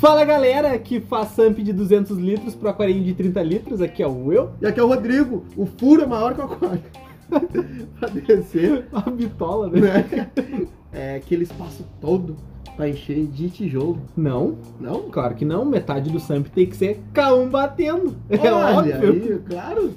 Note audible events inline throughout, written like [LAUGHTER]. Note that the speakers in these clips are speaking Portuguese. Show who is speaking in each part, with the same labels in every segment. Speaker 1: Fala galera que faz samp de 200 litros pro aquarinho de 30 litros, aqui é o eu,
Speaker 2: E aqui é o Rodrigo, o furo é maior que o aquário. [LAUGHS] pra descer,
Speaker 1: a bitola, né?
Speaker 2: né? É aquele espaço todo pra encher de tijolo.
Speaker 1: Não,
Speaker 2: Não?
Speaker 1: claro que não, metade do samp tem que ser K1 batendo, é
Speaker 2: Olha
Speaker 1: óbvio.
Speaker 2: aí, claro.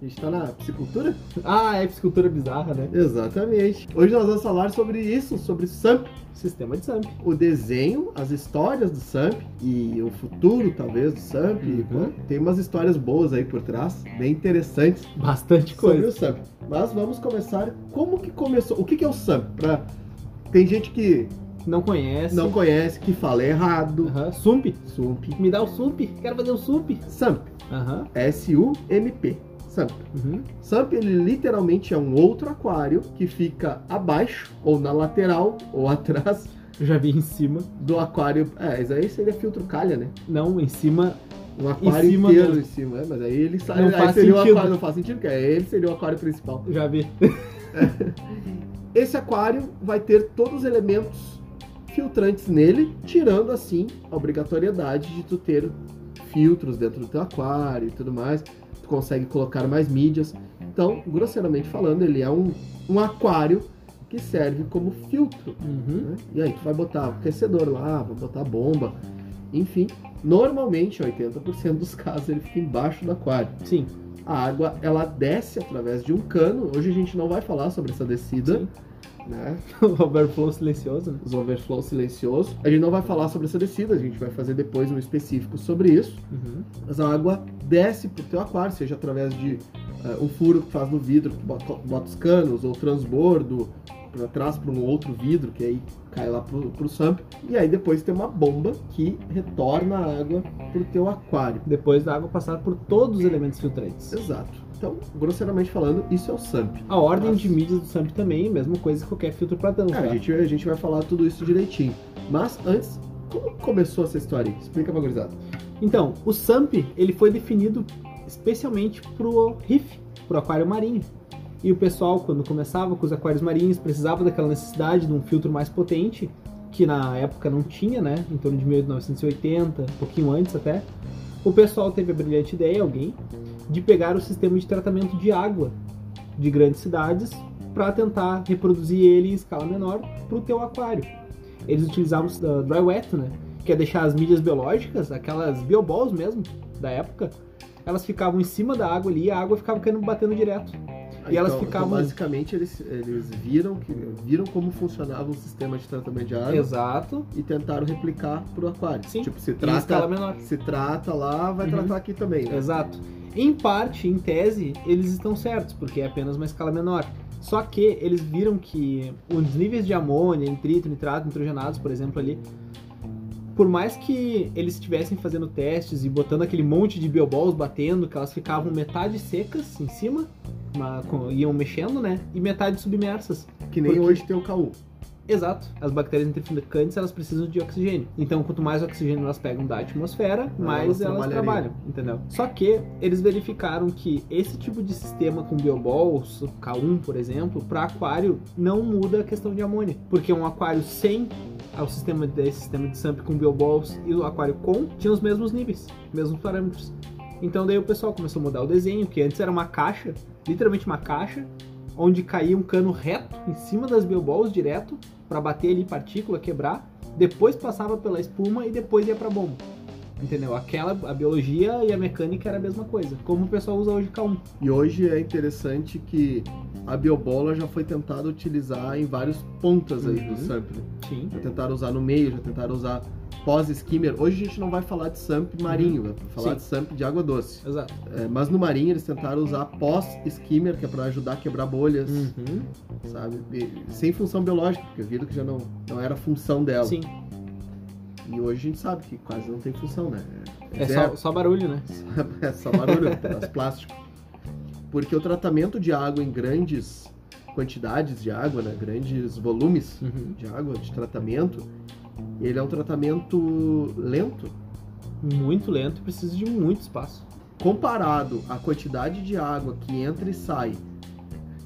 Speaker 2: A gente tá na piscicultura?
Speaker 1: Ah, é piscicultura bizarra, né?
Speaker 2: Exatamente. Hoje nós vamos falar sobre isso, sobre SAMP,
Speaker 1: Sistema de samp.
Speaker 2: o desenho, as histórias do SAMP e o futuro, talvez, do SAMP.
Speaker 1: Uhum.
Speaker 2: Pô, Tem umas histórias boas aí por trás, bem interessantes.
Speaker 1: Bastante
Speaker 2: sobre
Speaker 1: coisa.
Speaker 2: o SAMP. Mas vamos começar como que começou. O que, que é o SAMP? Pra... Tem gente que
Speaker 1: Não conhece.
Speaker 2: não conhece, que fala errado.
Speaker 1: Aham, Sump.
Speaker 2: SUMP.
Speaker 1: Me dá o sump, quero fazer o sump.
Speaker 2: SAMP.
Speaker 1: Aham.
Speaker 2: S-U-M-P. SAMP.
Speaker 1: Uhum.
Speaker 2: SAMP ele literalmente é um outro aquário que fica abaixo, ou na lateral, ou [LAUGHS] atrás
Speaker 1: Já vi em cima.
Speaker 2: do aquário. É, mas aí seria filtro calha, né?
Speaker 1: Não, em cima.
Speaker 2: Um aquário
Speaker 1: cima
Speaker 2: inteiro
Speaker 1: do-
Speaker 2: em cima, é, mas aí ele sai.
Speaker 1: Não
Speaker 2: aí
Speaker 1: faz
Speaker 2: seria o
Speaker 1: sentido.
Speaker 2: aquário, não faz sentido, porque aí ele seria o aquário principal.
Speaker 1: Já vi.
Speaker 2: Esse aquário vai ter todos os elementos filtrantes nele, tirando assim a obrigatoriedade de tu ter filtros dentro do teu aquário e tudo mais. Tu consegue colocar mais mídias. Então, grosseiramente falando, ele é um, um aquário que serve como filtro.
Speaker 1: Uhum.
Speaker 2: né? E aí tu vai botar aquecedor lá, vai botar bomba, enfim. Normalmente, 80% dos [LAUGHS] casos, ele fica embaixo do aquário.
Speaker 1: Sim. [LAUGHS]
Speaker 2: A água ela desce através de um cano. Hoje a gente não vai falar sobre essa descida,
Speaker 1: Sim.
Speaker 2: né?
Speaker 1: O overflow silencioso, né?
Speaker 2: Os overflow silencioso. A gente não vai falar sobre essa descida, a gente vai fazer depois um específico sobre isso.
Speaker 1: Uhum.
Speaker 2: Mas a água desce pro teu aquário, seja através de eh, um furo que tu faz no vidro, que tu bota, bota os canos, ou transbordo para trás para um outro vidro, que aí cai lá pro, pro sump. E aí depois tem uma bomba que retorna a água pro teu aquário.
Speaker 1: Depois da água passar por todos os elementos filtrantes.
Speaker 2: Exato. Então, grosseiramente falando, isso é o sump.
Speaker 1: A ordem de mídias do Samp também, mesma coisa que qualquer filtro tá? para dança.
Speaker 2: É, a, gente, a gente vai falar tudo isso direitinho. Mas antes, como começou essa história aí? Explica pra gurizada.
Speaker 1: Então, o Samp ele foi definido especialmente pro Reef, pro aquário marinho. E o pessoal, quando começava com os aquários marinhos, precisava daquela necessidade de um filtro mais potente, que na época não tinha, né? Em torno de 1980, um pouquinho antes até. O pessoal teve a brilhante ideia, alguém, de pegar o sistema de tratamento de água de grandes cidades para tentar reproduzir ele em escala menor para o teu aquário. Eles utilizavam uh, dry wet, né? que é deixar as mídias biológicas, aquelas bioballs mesmo, da época, elas ficavam em cima da água ali e a água ficava caindo, batendo direto. E elas ficavam-
Speaker 2: Então, basicamente, eles, eles viram, que, viram como funcionava o sistema de tratamento de água
Speaker 1: Exato.
Speaker 2: e tentaram replicar pro aquário.
Speaker 1: Sim.
Speaker 2: Tipo,
Speaker 1: E
Speaker 2: se
Speaker 1: em escala
Speaker 2: trata,
Speaker 1: menor.
Speaker 2: se trata lá, vai
Speaker 1: Uhum.
Speaker 2: tratar aqui também. Né?
Speaker 1: Exato. Em parte, em tese, eles estão certos, porque é apenas uma escala menor. Só que eles viram que os níveis de amônia, nitrito, nitrato, nitrogenados, por exemplo, ali, por mais que eles estivessem fazendo testes e botando aquele monte de bioballs batendo, que elas ficavam metade secas em cima, uma- com- iam mexendo, né? E metade submersas.
Speaker 2: Que nem
Speaker 1: Porque-
Speaker 2: hoje tem o K1.
Speaker 1: Exato. As bactérias nitrificantes, elas precisam de oxigênio. Então, quanto mais oxigênio elas pegam da atmosfera, mais elas
Speaker 2: elas
Speaker 1: trabalham,
Speaker 2: trabalhariam.
Speaker 1: entendeu? Só que eles verificaram que esse tipo de sistema com bioballs, K1, por exemplo, para aquário não muda a questão de amônia, porque um aquário sem ao sistema de esse sistema de SAMP com bioballs e o aquário com tinham os mesmos níveis, mesmos parâmetros. Então daí o pessoal começou a mudar o desenho, que antes era uma caixa, literalmente uma caixa, onde caía um cano reto em cima das bioballs direto para bater ali partícula, quebrar, depois passava pela espuma e depois ia para bomba. Entendeu? Aquela a biologia e a mecânica era a mesma coisa, como o pessoal usa hoje K1.
Speaker 2: E hoje é interessante que a biobola já foi tentada utilizar em vários pontas aí
Speaker 1: Uhum.
Speaker 2: do sample.
Speaker 1: Sim.
Speaker 2: Já tentaram usar no meio, já tentaram usar pós-skimmer. Hoje a gente não vai falar de samp marinho, vai falar
Speaker 1: Sim.
Speaker 2: de samp de água doce.
Speaker 1: Exato.
Speaker 2: É, mas no marinho eles tentaram usar pós-skimmer, que é pra ajudar a quebrar bolhas,
Speaker 1: Hum.
Speaker 2: Uhum. sabe? E- sem função biológica, porque viram que já não, não era função dela.
Speaker 1: Sim.
Speaker 2: E hoje a gente sabe que quase não tem função, né?
Speaker 1: É
Speaker 2: zero.
Speaker 1: só, só barulho, né?
Speaker 2: [LAUGHS] é só barulho, pedaço plástico. Porque o tratamento de água em grandes quantidades de água, né? Grandes volumes, de água, de tratamento, ele é um tratamento lento
Speaker 1: Muito lento, precisa de muito espaço.
Speaker 2: comparado à quantidade de água que entra e sai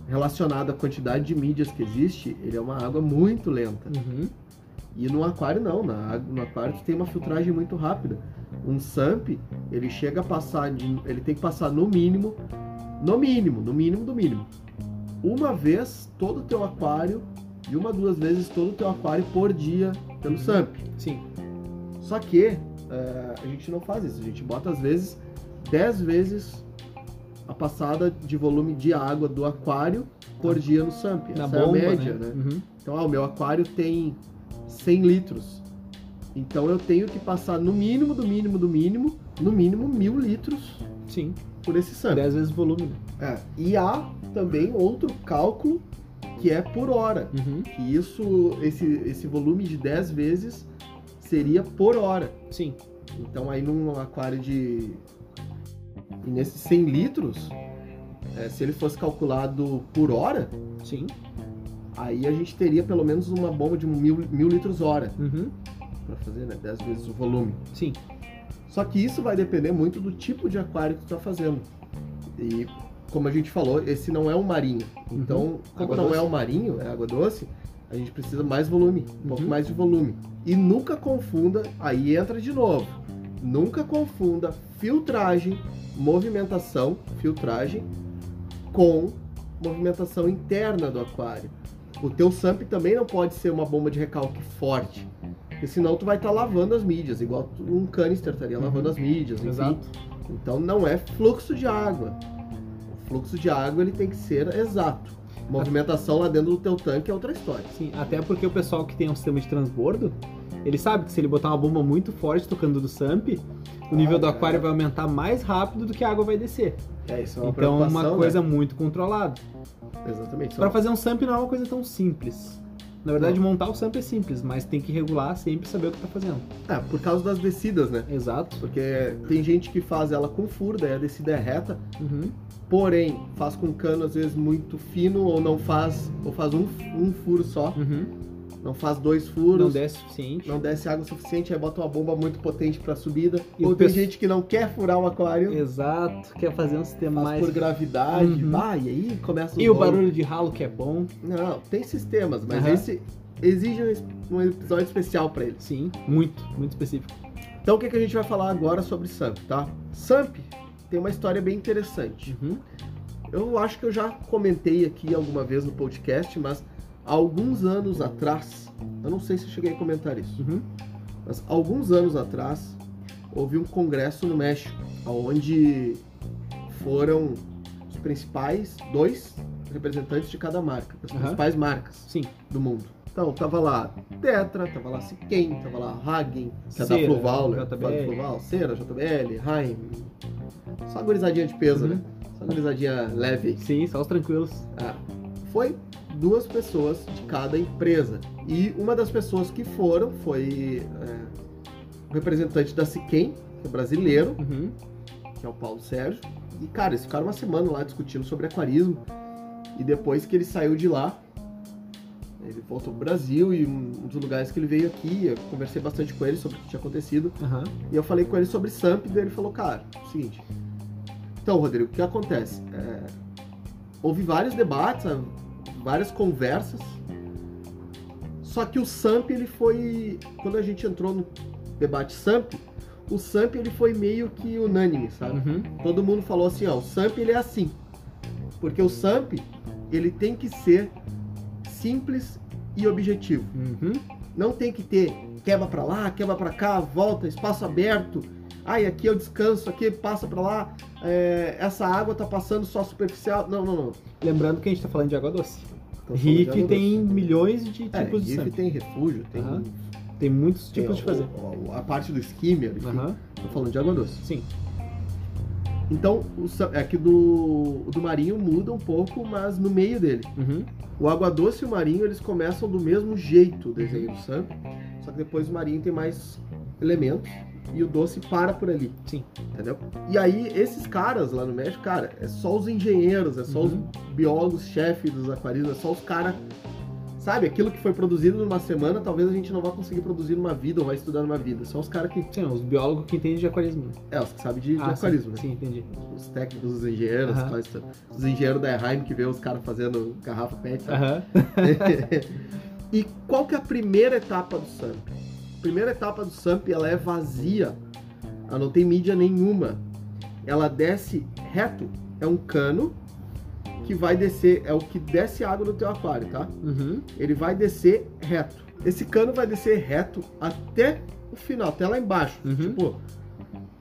Speaker 2: relacionada à quantidade de mídias que existe, ele é uma água muito lenta. E no aquário não, na, água- no aquário tu tem uma filtragem muito rápida. Um SAMP, ele chega a passar, de- ele tem que passar no mínimo, no mínimo, no mínimo do mínimo. Uma vez todo o teu aquário, de uma a duas vezes todo o teu aquário por dia pelo SAMP.
Speaker 1: Sim.
Speaker 2: Só que eh, a gente não faz isso, a gente bota às vezes 10 vezes a passada de volume de água do aquário por dia no SAMP.
Speaker 1: Na
Speaker 2: Essa é a
Speaker 1: bomba,
Speaker 2: média, né?
Speaker 1: né? Uhum.
Speaker 2: Então, ah, o meu aquário tem 100 litros. Então eu tenho que passar no mínimo, do mínimo, do mínimo, no mínimo mil litros
Speaker 1: Sim.
Speaker 2: por esse SAMP.
Speaker 1: Dez vezes o volume, né?
Speaker 2: É. E há também outro cálculo que é por hora.
Speaker 1: Uhum.
Speaker 2: Que isso, esse, esse volume de 10 vezes seria por hora.
Speaker 1: Sim.
Speaker 2: Então aí num aquário de. e nesses 100 litros, é, se ele fosse calculado por hora,
Speaker 1: Sim.
Speaker 2: aí a gente teria pelo menos uma bomba de mil, mil litros hora
Speaker 1: Uhum.
Speaker 2: para fazer, né? 10 vezes o volume.
Speaker 1: Sim.
Speaker 2: Só que isso vai depender muito do tipo de aquário que tu tá fazendo. E como a gente falou, esse não é um marinho. Então, como
Speaker 1: Uhum. Água
Speaker 2: não
Speaker 1: doce.
Speaker 2: é um marinho, é água doce, a gente precisa mais volume, um pouco
Speaker 1: Uhum.
Speaker 2: mais de volume. E nunca confunda, aí entra de novo. Nunca confunda filtragem, movimentação, filtragem com movimentação interna do aquário. O teu SAMP também não pode ser uma bomba de recalque forte. Porque senão tu vai estar lavando as mídias, igual tu- um canister estaria
Speaker 1: Uhum.
Speaker 2: lavando as mídias, enfim.
Speaker 1: Exato.
Speaker 2: Então não é fluxo de água. O fluxo de água ele tem que ser exato. Movimentação lá dentro do teu tanque é outra história.
Speaker 1: Sim. Até porque o pessoal que tem um sistema de transbordo, ele sabe que se ele botar uma bomba muito forte tocando do SAMP, o nível
Speaker 2: Ah,
Speaker 1: do
Speaker 2: cara.
Speaker 1: aquário vai aumentar mais rápido do que a água vai descer.
Speaker 2: É, isso
Speaker 1: então é uma coisa muito controlada.
Speaker 2: Exatamente. isso é
Speaker 1: Pra
Speaker 2: uma-
Speaker 1: fazer um SAMP não é uma coisa tão simples. Na verdade, montar o SAMP é simples, mas tem que regular sempre e saber o que tá fazendo.
Speaker 2: Ah, por causa das descidas, né?
Speaker 1: Exato.
Speaker 2: Porque tem gente que faz ela com furo, daí a descida é reta,
Speaker 1: Uhum.
Speaker 2: porém faz com cano às vezes muito fino ou não faz, ou faz um, um furo só,
Speaker 1: Uhum.
Speaker 2: não faz dois
Speaker 1: Não
Speaker 2: furos,
Speaker 1: desce o suficiente.
Speaker 2: não desce água o suficiente, aí bota uma bomba muito potente pra subida.
Speaker 1: E
Speaker 2: ou
Speaker 1: o
Speaker 2: tem
Speaker 1: pessoal-
Speaker 2: gente que não quer furar o aquário,
Speaker 1: Exato. Quer fazer um sistema
Speaker 2: faz
Speaker 1: mais.
Speaker 2: por gravidade,
Speaker 1: Uhum.
Speaker 2: vai, e aí começa
Speaker 1: E o
Speaker 2: rolo.
Speaker 1: barulho de ralo que é bom.
Speaker 2: Não, tem sistemas, mas
Speaker 1: Aham.
Speaker 2: esse exige um es- um episódio especial pra eles.
Speaker 1: Sim. Muito, muito específico.
Speaker 2: Então o que, que a gente vai falar agora sobre SAMP, tá? SAMP tem uma história bem interessante.
Speaker 1: Uhum.
Speaker 2: Eu acho que eu já comentei aqui alguma vez no podcast, mas há alguns anos atrás, eu não sei se eu cheguei a comentar isso,
Speaker 1: Uhum.
Speaker 2: mas há alguns anos atrás houve um congresso no México, onde foram os principais dois representantes de cada marca, das
Speaker 1: Aham.
Speaker 2: principais marcas
Speaker 1: Sim.
Speaker 2: do mundo. Então, tava lá Tetra, tava lá Siquem, tava lá Hagen, que é da
Speaker 1: Cera,
Speaker 2: Fluval, né?
Speaker 1: JBL.
Speaker 2: Fala de Fluval, Cera, JBL, Haim. Só gurizadinha de peso,
Speaker 1: Uhum.
Speaker 2: né? Só gurizadinha leve.
Speaker 1: Sim, só os tranquilos.
Speaker 2: Ah, foi duas pessoas de cada empresa. E uma das pessoas que foram foi é, o representante da Siquem, que é brasileiro,
Speaker 1: Uhum.
Speaker 2: que é o Paulo Sérgio. E, cara, eles ficaram uma semana lá discutindo sobre aquarismo. E depois que ele saiu de lá, ele voltou pro Brasil e um um dos lugares que ele veio aqui, eu conversei bastante com ele sobre o que tinha acontecido.
Speaker 1: Aham.
Speaker 2: E eu falei com ele sobre SAMP, e daí ele falou, cara, é o seguinte. Então, Rodrigo, o que acontece? É, houve vários debates, ah, várias conversas. Só que o SAMP, ele foi. Quando a gente entrou no debate SAMP, o SAMP ele foi meio que unânime, sabe?
Speaker 1: Uhum.
Speaker 2: Todo mundo falou assim, ó, o SAMP ele é assim. Porque o SAMP, ele tem que ser simples e objetivo.
Speaker 1: Uhum.
Speaker 2: Não tem que ter quebra pra lá, quebra pra cá, volta, espaço aberto. Ai, aqui eu descanso, aqui passa pra lá. é, essa água tá passando só superficial. Não, não, não.
Speaker 1: Lembrando que a gente tá falando de água doce.
Speaker 2: Tô falando de
Speaker 1: RIF
Speaker 2: água
Speaker 1: tem
Speaker 2: doce.
Speaker 1: milhões de
Speaker 2: É,
Speaker 1: tipos de
Speaker 2: RIF
Speaker 1: SAMP.
Speaker 2: tem refúgio, tem,
Speaker 1: Aham. Tem muitos
Speaker 2: tem
Speaker 1: tipos de
Speaker 2: É, o-
Speaker 1: fazer.
Speaker 2: o- a parte do skimmer, enfim.
Speaker 1: Aham.
Speaker 2: Tô falando de água doce.
Speaker 1: Sim.
Speaker 2: Então, o, sa- é que do, o do marinho muda um pouco, mas no meio dele.
Speaker 1: Uhum.
Speaker 2: O água doce e o marinho, eles começam do mesmo jeito o desenho
Speaker 1: Uhum.
Speaker 2: do Sam, só que depois o marinho tem mais elementos e o doce para por ali.
Speaker 1: Sim.
Speaker 2: Entendeu? E aí, esses caras lá no México, cara, é só os engenheiros, é só
Speaker 1: Uhum.
Speaker 2: os biólogos, chefes dos aquarismos, é só os caras. Sabe, aquilo que foi produzido numa semana, talvez a gente não vá conseguir produzir numa vida ou vai estudar numa vida. É Só os caras que.
Speaker 1: Sim, os biólogos que entendem de aquarismo. né?
Speaker 2: É, os que sabem de, de
Speaker 1: sim.
Speaker 2: aquarismo, né?
Speaker 1: Sim, entendi.
Speaker 2: Os técnicos, os engenheiros,
Speaker 1: Aham.
Speaker 2: Tá. tal, isso- os engenheiros da Erheim que vê os caras fazendo garrafa pet. sabe?
Speaker 1: Aham.
Speaker 2: [LAUGHS] E qual que é a primeira etapa do SAMP? A primeira etapa do SAMP ela é vazia, ela não tem mídia nenhuma. Ela desce reto, é um cano que vai descer, é o que desce água do teu aquário, tá?
Speaker 1: Uhum.
Speaker 2: Ele vai descer reto. Esse cano vai descer reto até o final, até lá embaixo,
Speaker 1: Uhum.
Speaker 2: tipo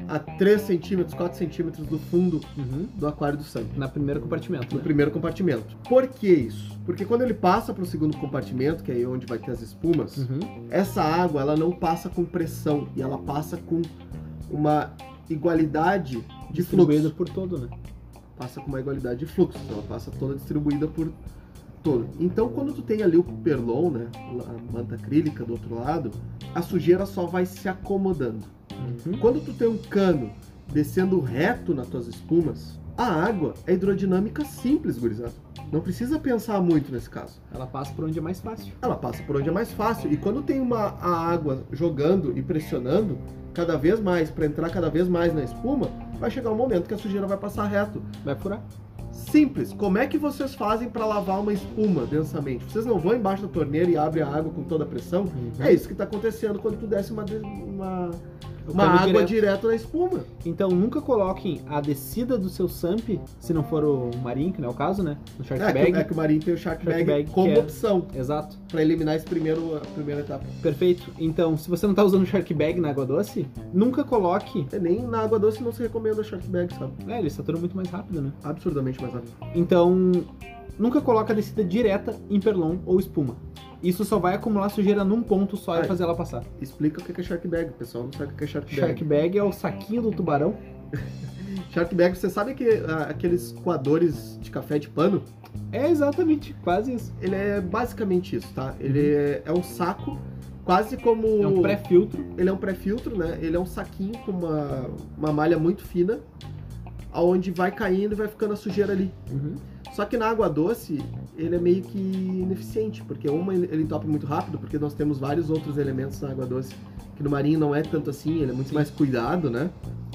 Speaker 2: a 3 centímetros, 4 centímetros do fundo
Speaker 1: Uhum.
Speaker 2: do aquário do SAMP.
Speaker 1: Na primeira compartimento.
Speaker 2: no
Speaker 1: né?
Speaker 2: primeiro compartimento. Por que isso? Porque quando ele passa para o segundo compartimento, que é aí onde vai ter as espumas,
Speaker 1: Uhum.
Speaker 2: essa água ela não passa com pressão e ela passa com uma igualdade de
Speaker 1: Distribuída
Speaker 2: fluxo.
Speaker 1: por todo, né?
Speaker 2: Passa com uma igualdade de fluxo, então ela passa toda distribuída por todo. Então quando tu tem ali o perlon, né, a manta acrílica do outro lado, a sujeira só vai se acomodando.
Speaker 1: Uhum.
Speaker 2: Quando tu tem um cano descendo reto nas tuas espumas, a água é hidrodinâmica simples, gurizada. Não precisa pensar muito nesse caso.
Speaker 1: Ela passa por onde é mais fácil.
Speaker 2: Ela passa por onde é mais fácil. E quando tem uma, a água jogando e pressionando cada vez mais, para entrar cada vez mais na espuma, vai chegar um momento que a sujeira vai passar reto.
Speaker 1: Vai furar.
Speaker 2: Simples. Como é que vocês fazem para lavar uma espuma densamente? Vocês não vão embaixo da torneira e abrem a água com toda a pressão?
Speaker 1: Uhum.
Speaker 2: É isso que está acontecendo quando tu desce uma, de- uma,
Speaker 1: Eu como
Speaker 2: uma água
Speaker 1: direto.
Speaker 2: direto na espuma.
Speaker 1: Então nunca coloquem a descida do seu SAMP, se não for o Marinho, que não é o caso, né? No Shark
Speaker 2: É que,
Speaker 1: Bag.
Speaker 2: é que o Marinho tem o Shark,
Speaker 1: Shark
Speaker 2: Bag,
Speaker 1: Bag,
Speaker 2: como
Speaker 1: que é-
Speaker 2: opção
Speaker 1: Exato.
Speaker 2: pra eliminar esse primeiro, a primeira etapa.
Speaker 1: Perfeito. Então, se você não tá usando o Shark Bag na água doce, nunca coloque.
Speaker 2: É, Nem na água doce não se recomenda o Shark Bag, sabe?
Speaker 1: É, ele satura muito mais rápido, né?
Speaker 2: Absurdamente mais rápido.
Speaker 1: Então, nunca coloca a descida direta em perlon ou espuma. Isso só vai acumular sujeira num ponto só
Speaker 2: Ai.
Speaker 1: e fazer ela passar.
Speaker 2: Explica o que é Shark Bag, o pessoal não sabe o que é Shark Bag.
Speaker 1: Shark Bag é o saquinho do tubarão.
Speaker 2: Shark Bag, você sabe que ah, aqueles coadores de café de pano,
Speaker 1: É exatamente, quase isso.
Speaker 2: ele é basicamente isso, tá? Ele é, é um saco, quase como...
Speaker 1: É um pré-filtro.
Speaker 2: Ele é um pré-filtro, né? Ele é um saquinho com uma, uma malha muito fina, aonde vai caindo e vai ficando a sujeira ali. Só que na água doce, ele é meio que ineficiente, porque uma ele ele entope muito rápido, porque nós temos vários outros elementos na água doce, que no marinho não é tanto assim, ele é muito
Speaker 1: Sim.
Speaker 2: mais cuidado, né?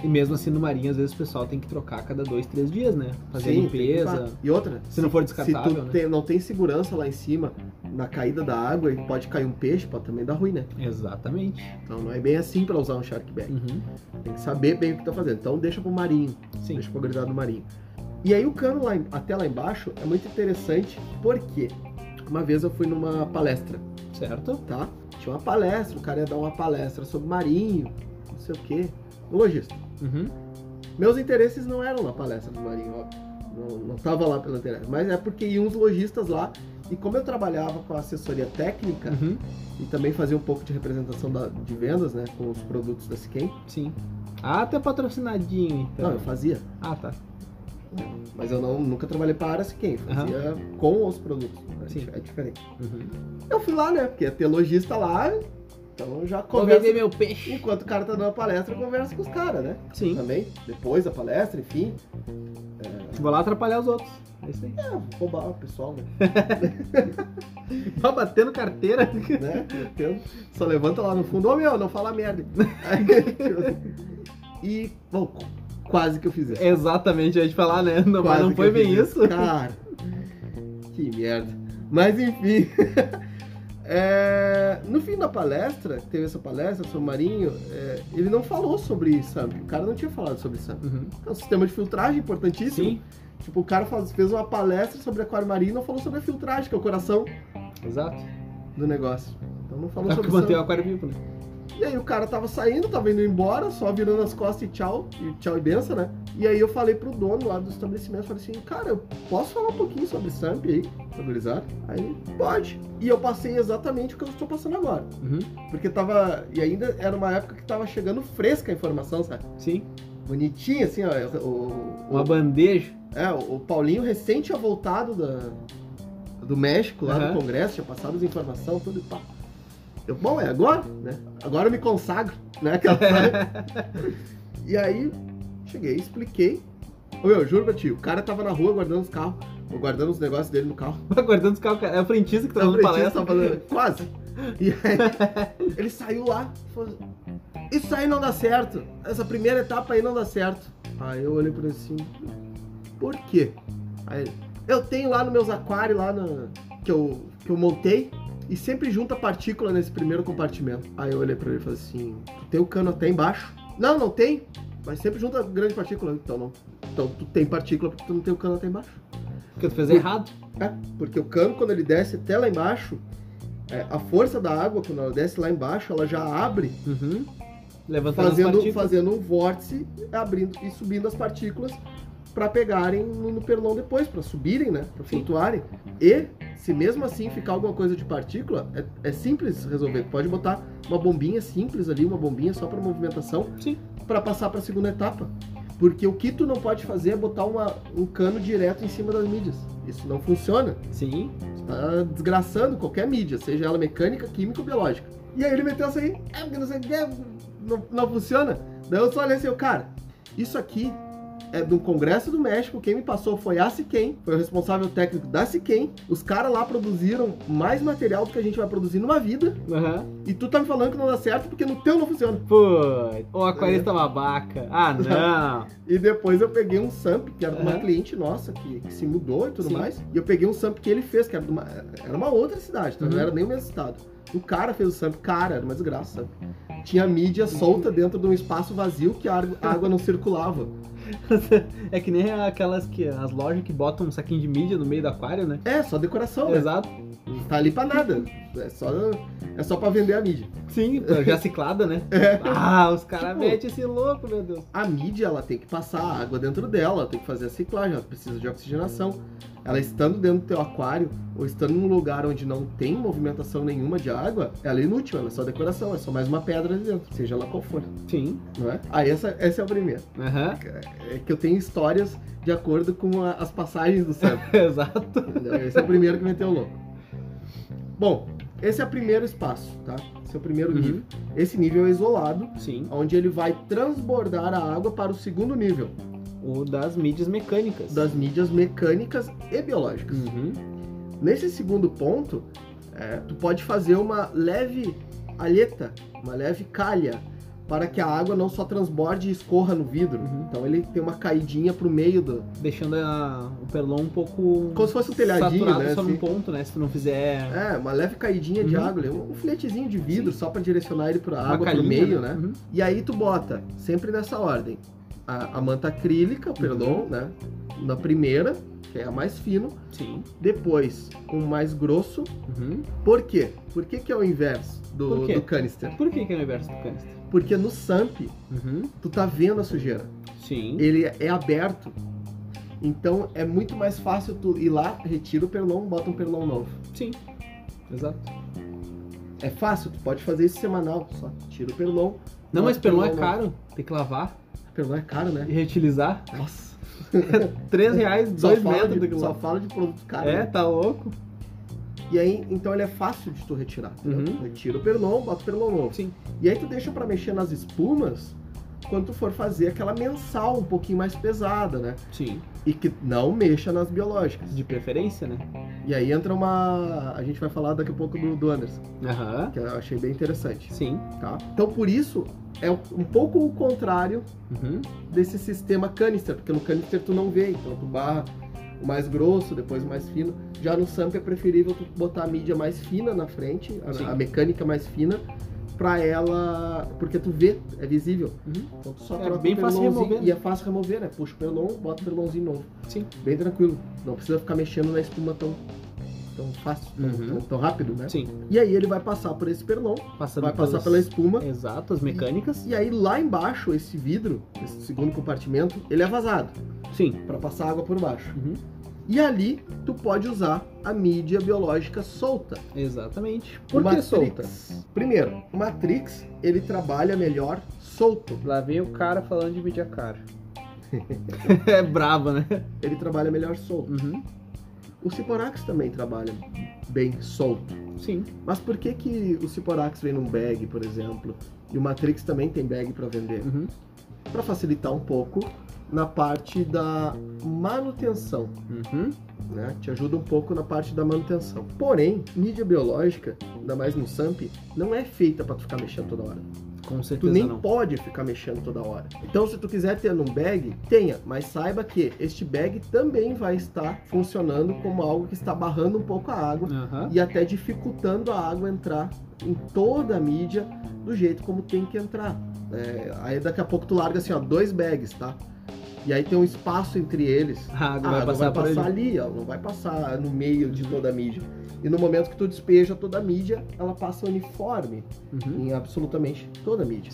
Speaker 1: E mesmo assim, no marinho, às vezes o pessoal tem que trocar a cada dois, três dias, né? Fazer
Speaker 2: Sim, tem que
Speaker 1: limpeza.
Speaker 2: limpar. E outra,
Speaker 1: Se não for
Speaker 2: se
Speaker 1: descartável,
Speaker 2: tu
Speaker 1: né?
Speaker 2: tem- não tem segurança lá em cima, na caída da água, e pode cair um peixe, pode também dar ruim, né?
Speaker 1: Exatamente.
Speaker 2: Então não é bem assim pra usar um shark bag.
Speaker 1: Uhum.
Speaker 2: Tem que saber bem o que tá fazendo. Então deixa pro marinho.
Speaker 1: Sim.
Speaker 2: Deixa pra gurizada do marinho. E aí o cano lá, em- até lá embaixo é muito interessante, porque uma vez eu fui numa palestra.
Speaker 1: Certo?
Speaker 2: tá? Tinha uma palestra, o cara ia dar uma palestra sobre marinho, não sei o quê. Logista.
Speaker 1: Uhum.
Speaker 2: Meus interesses não eram na palestra do marinho, óbvio. Não, não tava lá pelo interesse. Mas é porque iam uns lojistas lá. E como eu trabalhava com assessoria técnica
Speaker 1: Uhum.
Speaker 2: e também fazia um pouco de representação da- de vendas, né? Com os produtos da Siquem.
Speaker 1: Sim. Ah, até patrocinadinho, então.
Speaker 2: Não, eu fazia.
Speaker 1: Ah, tá.
Speaker 2: Mas eu não, nunca trabalhei para a Siquem. Fazia com os produtos. É
Speaker 1: Sim.
Speaker 2: dif- É diferente.
Speaker 1: Uhum.
Speaker 2: Eu fui lá, né? Porque ia ter lojista lá. Então eu já
Speaker 1: Vou
Speaker 2: conversa.
Speaker 1: vender meu peixe.
Speaker 2: Enquanto o cara tá dando a palestra, eu converso com os caras, né?
Speaker 1: Sim.
Speaker 2: também, depois da palestra, enfim.
Speaker 1: Vou lá atrapalhar os outros. É isso aí.
Speaker 2: É, roubar o pessoal, né? [LAUGHS]
Speaker 1: Tá batendo carteira.
Speaker 2: Né? Entendo. Só levanta lá no fundo, ô meu, não fala merda. [LAUGHS] Aí, tipo, e, bom, qu- quase que eu fiz isso.
Speaker 1: Exatamente, eu ia te falar, né? Não, mas
Speaker 2: Quase
Speaker 1: não
Speaker 2: que
Speaker 1: foi
Speaker 2: eu fiz
Speaker 1: bem isso.
Speaker 2: Cara, que merda. Mas enfim. [LAUGHS] É, no fim da palestra, teve essa palestra sobre o Marinho, é, ele não falou sobre SAMP. O cara não tinha falado sobre SAMP.
Speaker 1: Uhum.
Speaker 2: É um sistema de filtragem importantíssimo.
Speaker 1: Sim,
Speaker 2: Tipo, o cara faz- fez uma palestra sobre aquário marinho e não falou sobre a filtragem, que é o coração
Speaker 1: exato.
Speaker 2: do negócio. Então não falou
Speaker 1: Dá pra
Speaker 2: sobre
Speaker 1: manter o
Speaker 2: isso.
Speaker 1: aquário vivo, né?
Speaker 2: E aí o cara tava saindo, tava indo embora, só virando as costas e tchau, e tchau e benção, né? E aí eu falei pro dono lá do estabelecimento, falei assim, cara, eu posso falar um pouquinho sobre Samp aí, autorizado? Aí, ele, pode. E eu passei exatamente o que eu estou passando agora.
Speaker 1: Uhum.
Speaker 2: Porque tava. E ainda era uma época que tava chegando fresca a informação, sabe?
Speaker 1: Sim.
Speaker 2: Bonitinha, assim, ó. O, o,
Speaker 1: Uma bandeja. [LAUGHS]
Speaker 2: É, o o Paulinho recente tinha voltado da- do México, lá
Speaker 1: Aham.
Speaker 2: do Congresso, tinha passado as informações, tudo e pá. Eu, bom, é agora, né? Agora eu me consagro, né? [LAUGHS] Aquela frase. e aí, cheguei, expliquei. Ô, meu, juro pra ti, o cara tava na rua guardando os carros, ou guardando os negócios dele no carro.
Speaker 1: Aguardando os carros. É o frentista que tá
Speaker 2: Tava
Speaker 1: dando palestra.
Speaker 2: pretinho, tava fazendo- Quase. E aí, ele saiu lá, falou, isso aí não dá certo. Essa primeira etapa aí não dá certo. Aí eu olhei pra ele assim, por quê? Aí ele, eu tenho lá nos meus aquários, lá na- que, eu, que eu montei, E sempre junta partícula nesse primeiro compartimento. Aí eu olhei pra ele e falei assim: Tu tem o cano até embaixo? Não, não tem. Mas sempre junta grande partícula. Então não. Então tu tem partícula porque tu não tem o cano até embaixo.
Speaker 1: Porque tu fez errado.
Speaker 2: É, porque o cano, quando ele desce até lá embaixo, é, a força da água, quando ela desce lá embaixo, ela já abre,
Speaker 1: Uhum. Levantando as
Speaker 2: fazendo,
Speaker 1: partículas.
Speaker 2: fazendo um vórtice, abrindo e subindo as partículas para pegarem no, no perlão depois, para subirem, né? Para
Speaker 1: Sim.
Speaker 2: flutuarem. E, se mesmo assim ficar alguma coisa de partícula, é, é simples resolver. Pode botar uma bombinha simples ali, uma bombinha só para movimentação,
Speaker 1: Sim.
Speaker 2: para passar para a segunda etapa. Porque o que tu não pode fazer é botar uma- um cano direto em cima das mídias. Isso não funciona
Speaker 1: Sim.
Speaker 2: tá desgraçando qualquer mídia, seja ela mecânica, química ou biológica. E aí ele meteu essa aí, é porque não sei o que, não, não funciona. Daí eu só olhei assim, eu, cara, isso aqui é do Congresso do México, quem me passou foi a Siquem, foi o responsável técnico da Siquem. Os caras lá produziram mais material do que a gente vai produzir numa vida,
Speaker 1: Aham.
Speaker 2: e tu tá me falando que não dá certo porque no teu não funciona.
Speaker 1: Pô, o aquarista babaca. [LAUGHS] Ah, não.
Speaker 2: E depois eu peguei um samp, que era de uma
Speaker 1: Aham.
Speaker 2: cliente nossa, que, que se mudou e tudo
Speaker 1: Sim.
Speaker 2: mais. E eu peguei um samp que ele fez, que era de uma, era uma outra cidade, tá? não
Speaker 1: Uhum.
Speaker 2: era nem o mesmo estado. O cara fez o samp, cara, era uma desgraça, samp. Tinha mídia solta dentro de um espaço vazio que a água- a água não circulava.
Speaker 1: É que nem aquelas que. as lojas que botam um saquinho de mídia no meio do aquário, né?
Speaker 2: É, só decoração, né?
Speaker 1: Exato.
Speaker 2: Não tá ali pra nada. É só, é só pra vender a mídia.
Speaker 1: Sim, já ciclada, né? Ah, os caras
Speaker 2: É. Tipo-
Speaker 1: metem esse louco, meu Deus.
Speaker 2: A mídia, ela tem que passar a água dentro dela, ela tem que fazer a ciclagem, ela precisa de oxigenação. Ela estando dentro do teu aquário, ou estando num lugar onde não tem movimentação nenhuma de água, ela é inútil, ela é só decoração, é só mais uma pedra ali dentro, seja ela qual for,
Speaker 1: Sim.
Speaker 2: não é? Aí essa, essa é a primeira.
Speaker 1: Aham.
Speaker 2: É que eu tenho histórias de acordo com a- as passagens do céu.
Speaker 1: [LAUGHS] Exato.
Speaker 2: Entendeu? Esse é o primeiro que meteu o louco. Bom, esse é o primeiro espaço, tá? Esse é o primeiro
Speaker 1: Uhum.
Speaker 2: nível. Esse nível é isolado,
Speaker 1: Sim.
Speaker 2: onde ele vai transbordar a água para o segundo nível.
Speaker 1: O das mídias mecânicas.
Speaker 2: das mídias mecânicas e biológicas.
Speaker 1: Uhum.
Speaker 2: Nesse segundo ponto, é, tu pode fazer uma leve alheta, uma leve calha, para que a água não só transborde e escorra no vidro.
Speaker 1: Uhum.
Speaker 2: Então ele tem uma caidinha pro meio do.
Speaker 1: Deixando a- o perlon um pouco.
Speaker 2: Como se fosse um telhadinho,
Speaker 1: saturado
Speaker 2: né?
Speaker 1: só
Speaker 2: assim.
Speaker 1: num ponto, né? Se tu não fizer.
Speaker 2: É, uma leve caidinha de
Speaker 1: Uhum.
Speaker 2: água, ali, um filetezinho de vidro só para direcionar ele para
Speaker 1: uma
Speaker 2: água
Speaker 1: calhinha,
Speaker 2: pro meio, né?
Speaker 1: Uhum.
Speaker 2: E aí tu bota, sempre nessa ordem, a, a manta
Speaker 1: Uhum.
Speaker 2: acrílica, o perdão, né? Na primeira, que é a mais fino,
Speaker 1: Sim.
Speaker 2: Depois, um mais grosso.
Speaker 1: Uhum.
Speaker 2: Por quê? Por que, que é o inverso do,
Speaker 1: Por quê?
Speaker 2: do canister?
Speaker 1: Por que, que é o universo do canister?
Speaker 2: Porque no SAMP,
Speaker 1: Uhum.
Speaker 2: tu tá vendo a sujeira.
Speaker 1: Sim.
Speaker 2: Ele é aberto. Então é muito mais fácil tu ir lá, retira o perlão, bota um perlão novo.
Speaker 1: Sim. Exato.
Speaker 2: É fácil, tu pode fazer isso semanal. Só tira o perlão.
Speaker 1: Não,
Speaker 2: bota
Speaker 1: mas
Speaker 2: o
Speaker 1: perlon é
Speaker 2: novo.
Speaker 1: caro. Tem que lavar
Speaker 2: Perlão é caro, né?
Speaker 1: e reutilizar.
Speaker 2: Nossa.
Speaker 1: Três reais,
Speaker 2: Só
Speaker 1: dois
Speaker 2: fala,
Speaker 1: metros
Speaker 2: de,
Speaker 1: daquilo
Speaker 2: só
Speaker 1: lá.
Speaker 2: fala de produto caro.
Speaker 1: É,
Speaker 2: né?
Speaker 1: tá louco?
Speaker 2: E aí, então ele é fácil de tu retirar. entendeu?
Speaker 1: Uhum.
Speaker 2: Retira o perlão, bota o perlão novo.
Speaker 1: Sim.
Speaker 2: E aí tu deixa pra mexer nas espumas quando tu for fazer aquela mensal um pouquinho mais pesada, né?
Speaker 1: Sim.
Speaker 2: E que não mexa nas biológicas.
Speaker 1: De preferência, né?
Speaker 2: E aí entra uma. A gente vai falar daqui a pouco do, do Anderson,
Speaker 1: Aham.
Speaker 2: que eu achei bem interessante,
Speaker 1: Sim.
Speaker 2: tá? Então por isso é um pouco o contrário
Speaker 1: Uhum.
Speaker 2: desse sistema canister, porque no canister tu não vê, então tu barra o mais grosso, depois o mais fino. Já no SAMP é preferível tu botar a mídia mais fina na frente,
Speaker 1: Sim.
Speaker 2: a, a mecânica mais fina, pra ela. Porque tu vê, é visível.
Speaker 1: Uhum.
Speaker 2: Então tu só
Speaker 1: É
Speaker 2: troca
Speaker 1: bem
Speaker 2: o
Speaker 1: fácil
Speaker 2: perlonzinho,
Speaker 1: remover, né?
Speaker 2: E é fácil remover, né? Puxa o perlon, bota o perlonzinho novo.
Speaker 1: Sim.
Speaker 2: Bem tranquilo. Não precisa ficar mexendo na espuma tão, tão fácil, tão,
Speaker 1: Uhum.
Speaker 2: tão- tão rápido, né?
Speaker 1: Sim.
Speaker 2: E aí ele vai passar por esse perlon,
Speaker 1: Passando
Speaker 2: vai passar
Speaker 1: pelos-
Speaker 2: pela espuma.
Speaker 1: Exato, as mecânicas.
Speaker 2: E aí lá embaixo, esse vidro, esse segundo compartimento, ele é vazado
Speaker 1: Sim.
Speaker 2: para passar água por baixo.
Speaker 1: Uhum.
Speaker 2: E ali tu pode usar a mídia biológica solta.
Speaker 1: Exatamente. Por
Speaker 2: Uma
Speaker 1: que solta?
Speaker 2: Primeiro, o Matrix ele trabalha melhor solto.
Speaker 1: Lá vem o cara falando de mídia cara.
Speaker 2: [LAUGHS]
Speaker 1: é brava, né?
Speaker 2: Ele trabalha melhor solto.
Speaker 1: Uhum.
Speaker 2: O Ciporax também trabalha bem solto.
Speaker 1: Sim.
Speaker 2: Mas por que que o Ciporax vem num bag, por exemplo, e o Matrix também tem bag para vender?
Speaker 1: Uhum.
Speaker 2: Para facilitar um pouco na parte da manutenção,
Speaker 1: Uhum.
Speaker 2: né? Te ajuda um pouco na parte da manutenção. Porém, mídia biológica, ainda mais no SAMP, não é feita para tu ficar mexendo toda hora.
Speaker 1: Com
Speaker 2: Tu
Speaker 1: certeza
Speaker 2: nem
Speaker 1: não.
Speaker 2: pode ficar mexendo toda hora. Então, se tu quiser ter num bag, tenha, mas saiba que este bag também vai estar funcionando como algo que está barrando um pouco a água
Speaker 1: Aham.
Speaker 2: e até dificultando a água entrar em toda a mídia do jeito como tem que entrar. É, aí daqui a pouco tu larga assim, ó, dois bags, tá? E aí tem um espaço entre eles.
Speaker 1: A água
Speaker 2: Ah,
Speaker 1: vai
Speaker 2: não
Speaker 1: passar
Speaker 2: vai
Speaker 1: por
Speaker 2: passar
Speaker 1: ali.
Speaker 2: ali, ó, não vai passar no meio de toda a mídia. E no momento que tu despeja toda a mídia, ela passa uniforme
Speaker 1: Uhum.
Speaker 2: em absolutamente toda a mídia.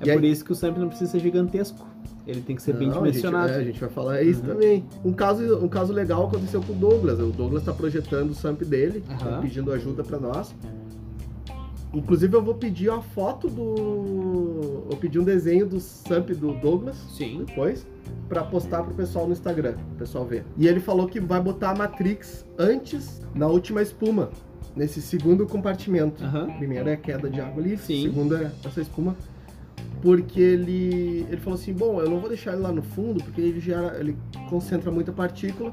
Speaker 1: É
Speaker 2: E
Speaker 1: por isso que o sample não precisa ser gigantesco. Ele tem que ser bem
Speaker 2: Não,
Speaker 1: dimensionado.
Speaker 2: A gente, é, a gente vai falar isso
Speaker 1: Uhum.
Speaker 2: também. Um caso, um caso legal aconteceu com o Douglas. O Douglas está projetando o SAMP dele,
Speaker 1: Aham.
Speaker 2: tá pedindo ajuda para nós. Inclusive, eu vou pedir a foto do. Eu pedi um desenho do SAMP do Douglas
Speaker 1: Sim.
Speaker 2: depois para postar pro pessoal no Instagram, pro pessoal ver. E ele falou que vai botar a Matrix antes na última espuma, nesse segundo compartimento.
Speaker 1: Aham.
Speaker 2: Primeiro é a queda de água ali,
Speaker 1: Sim.
Speaker 2: segundo é essa espuma. Porque ele, ele falou assim, bom, eu não vou deixar ele lá no fundo, porque ele gera, ele concentra muita partícula.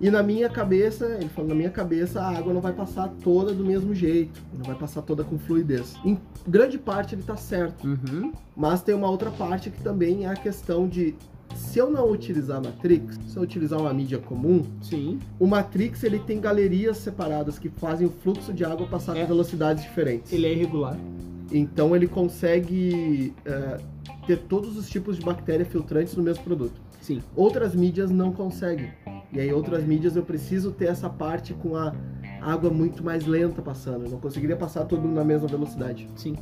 Speaker 2: E na minha cabeça, ele falou, na minha cabeça a água não vai passar toda do mesmo jeito, não vai passar toda com fluidez. Em grande parte ele tá certo.
Speaker 1: Uhum.
Speaker 2: Mas tem uma outra parte que também é a questão de se eu não utilizar a Matrix, se eu utilizar uma mídia comum,
Speaker 1: Sim.
Speaker 2: o Matrix ele tem galerias separadas que fazem o fluxo de água passar
Speaker 1: É.
Speaker 2: com velocidades diferentes.
Speaker 1: Ele é irregular.
Speaker 2: Então ele consegue é, ter todos os tipos de bactéria filtrantes no mesmo produto.
Speaker 1: Sim.
Speaker 2: Outras mídias não conseguem. E aí outras mídias eu preciso ter essa parte com a água muito mais lenta passando. Eu não conseguiria passar tudo na mesma velocidade.
Speaker 1: Sim.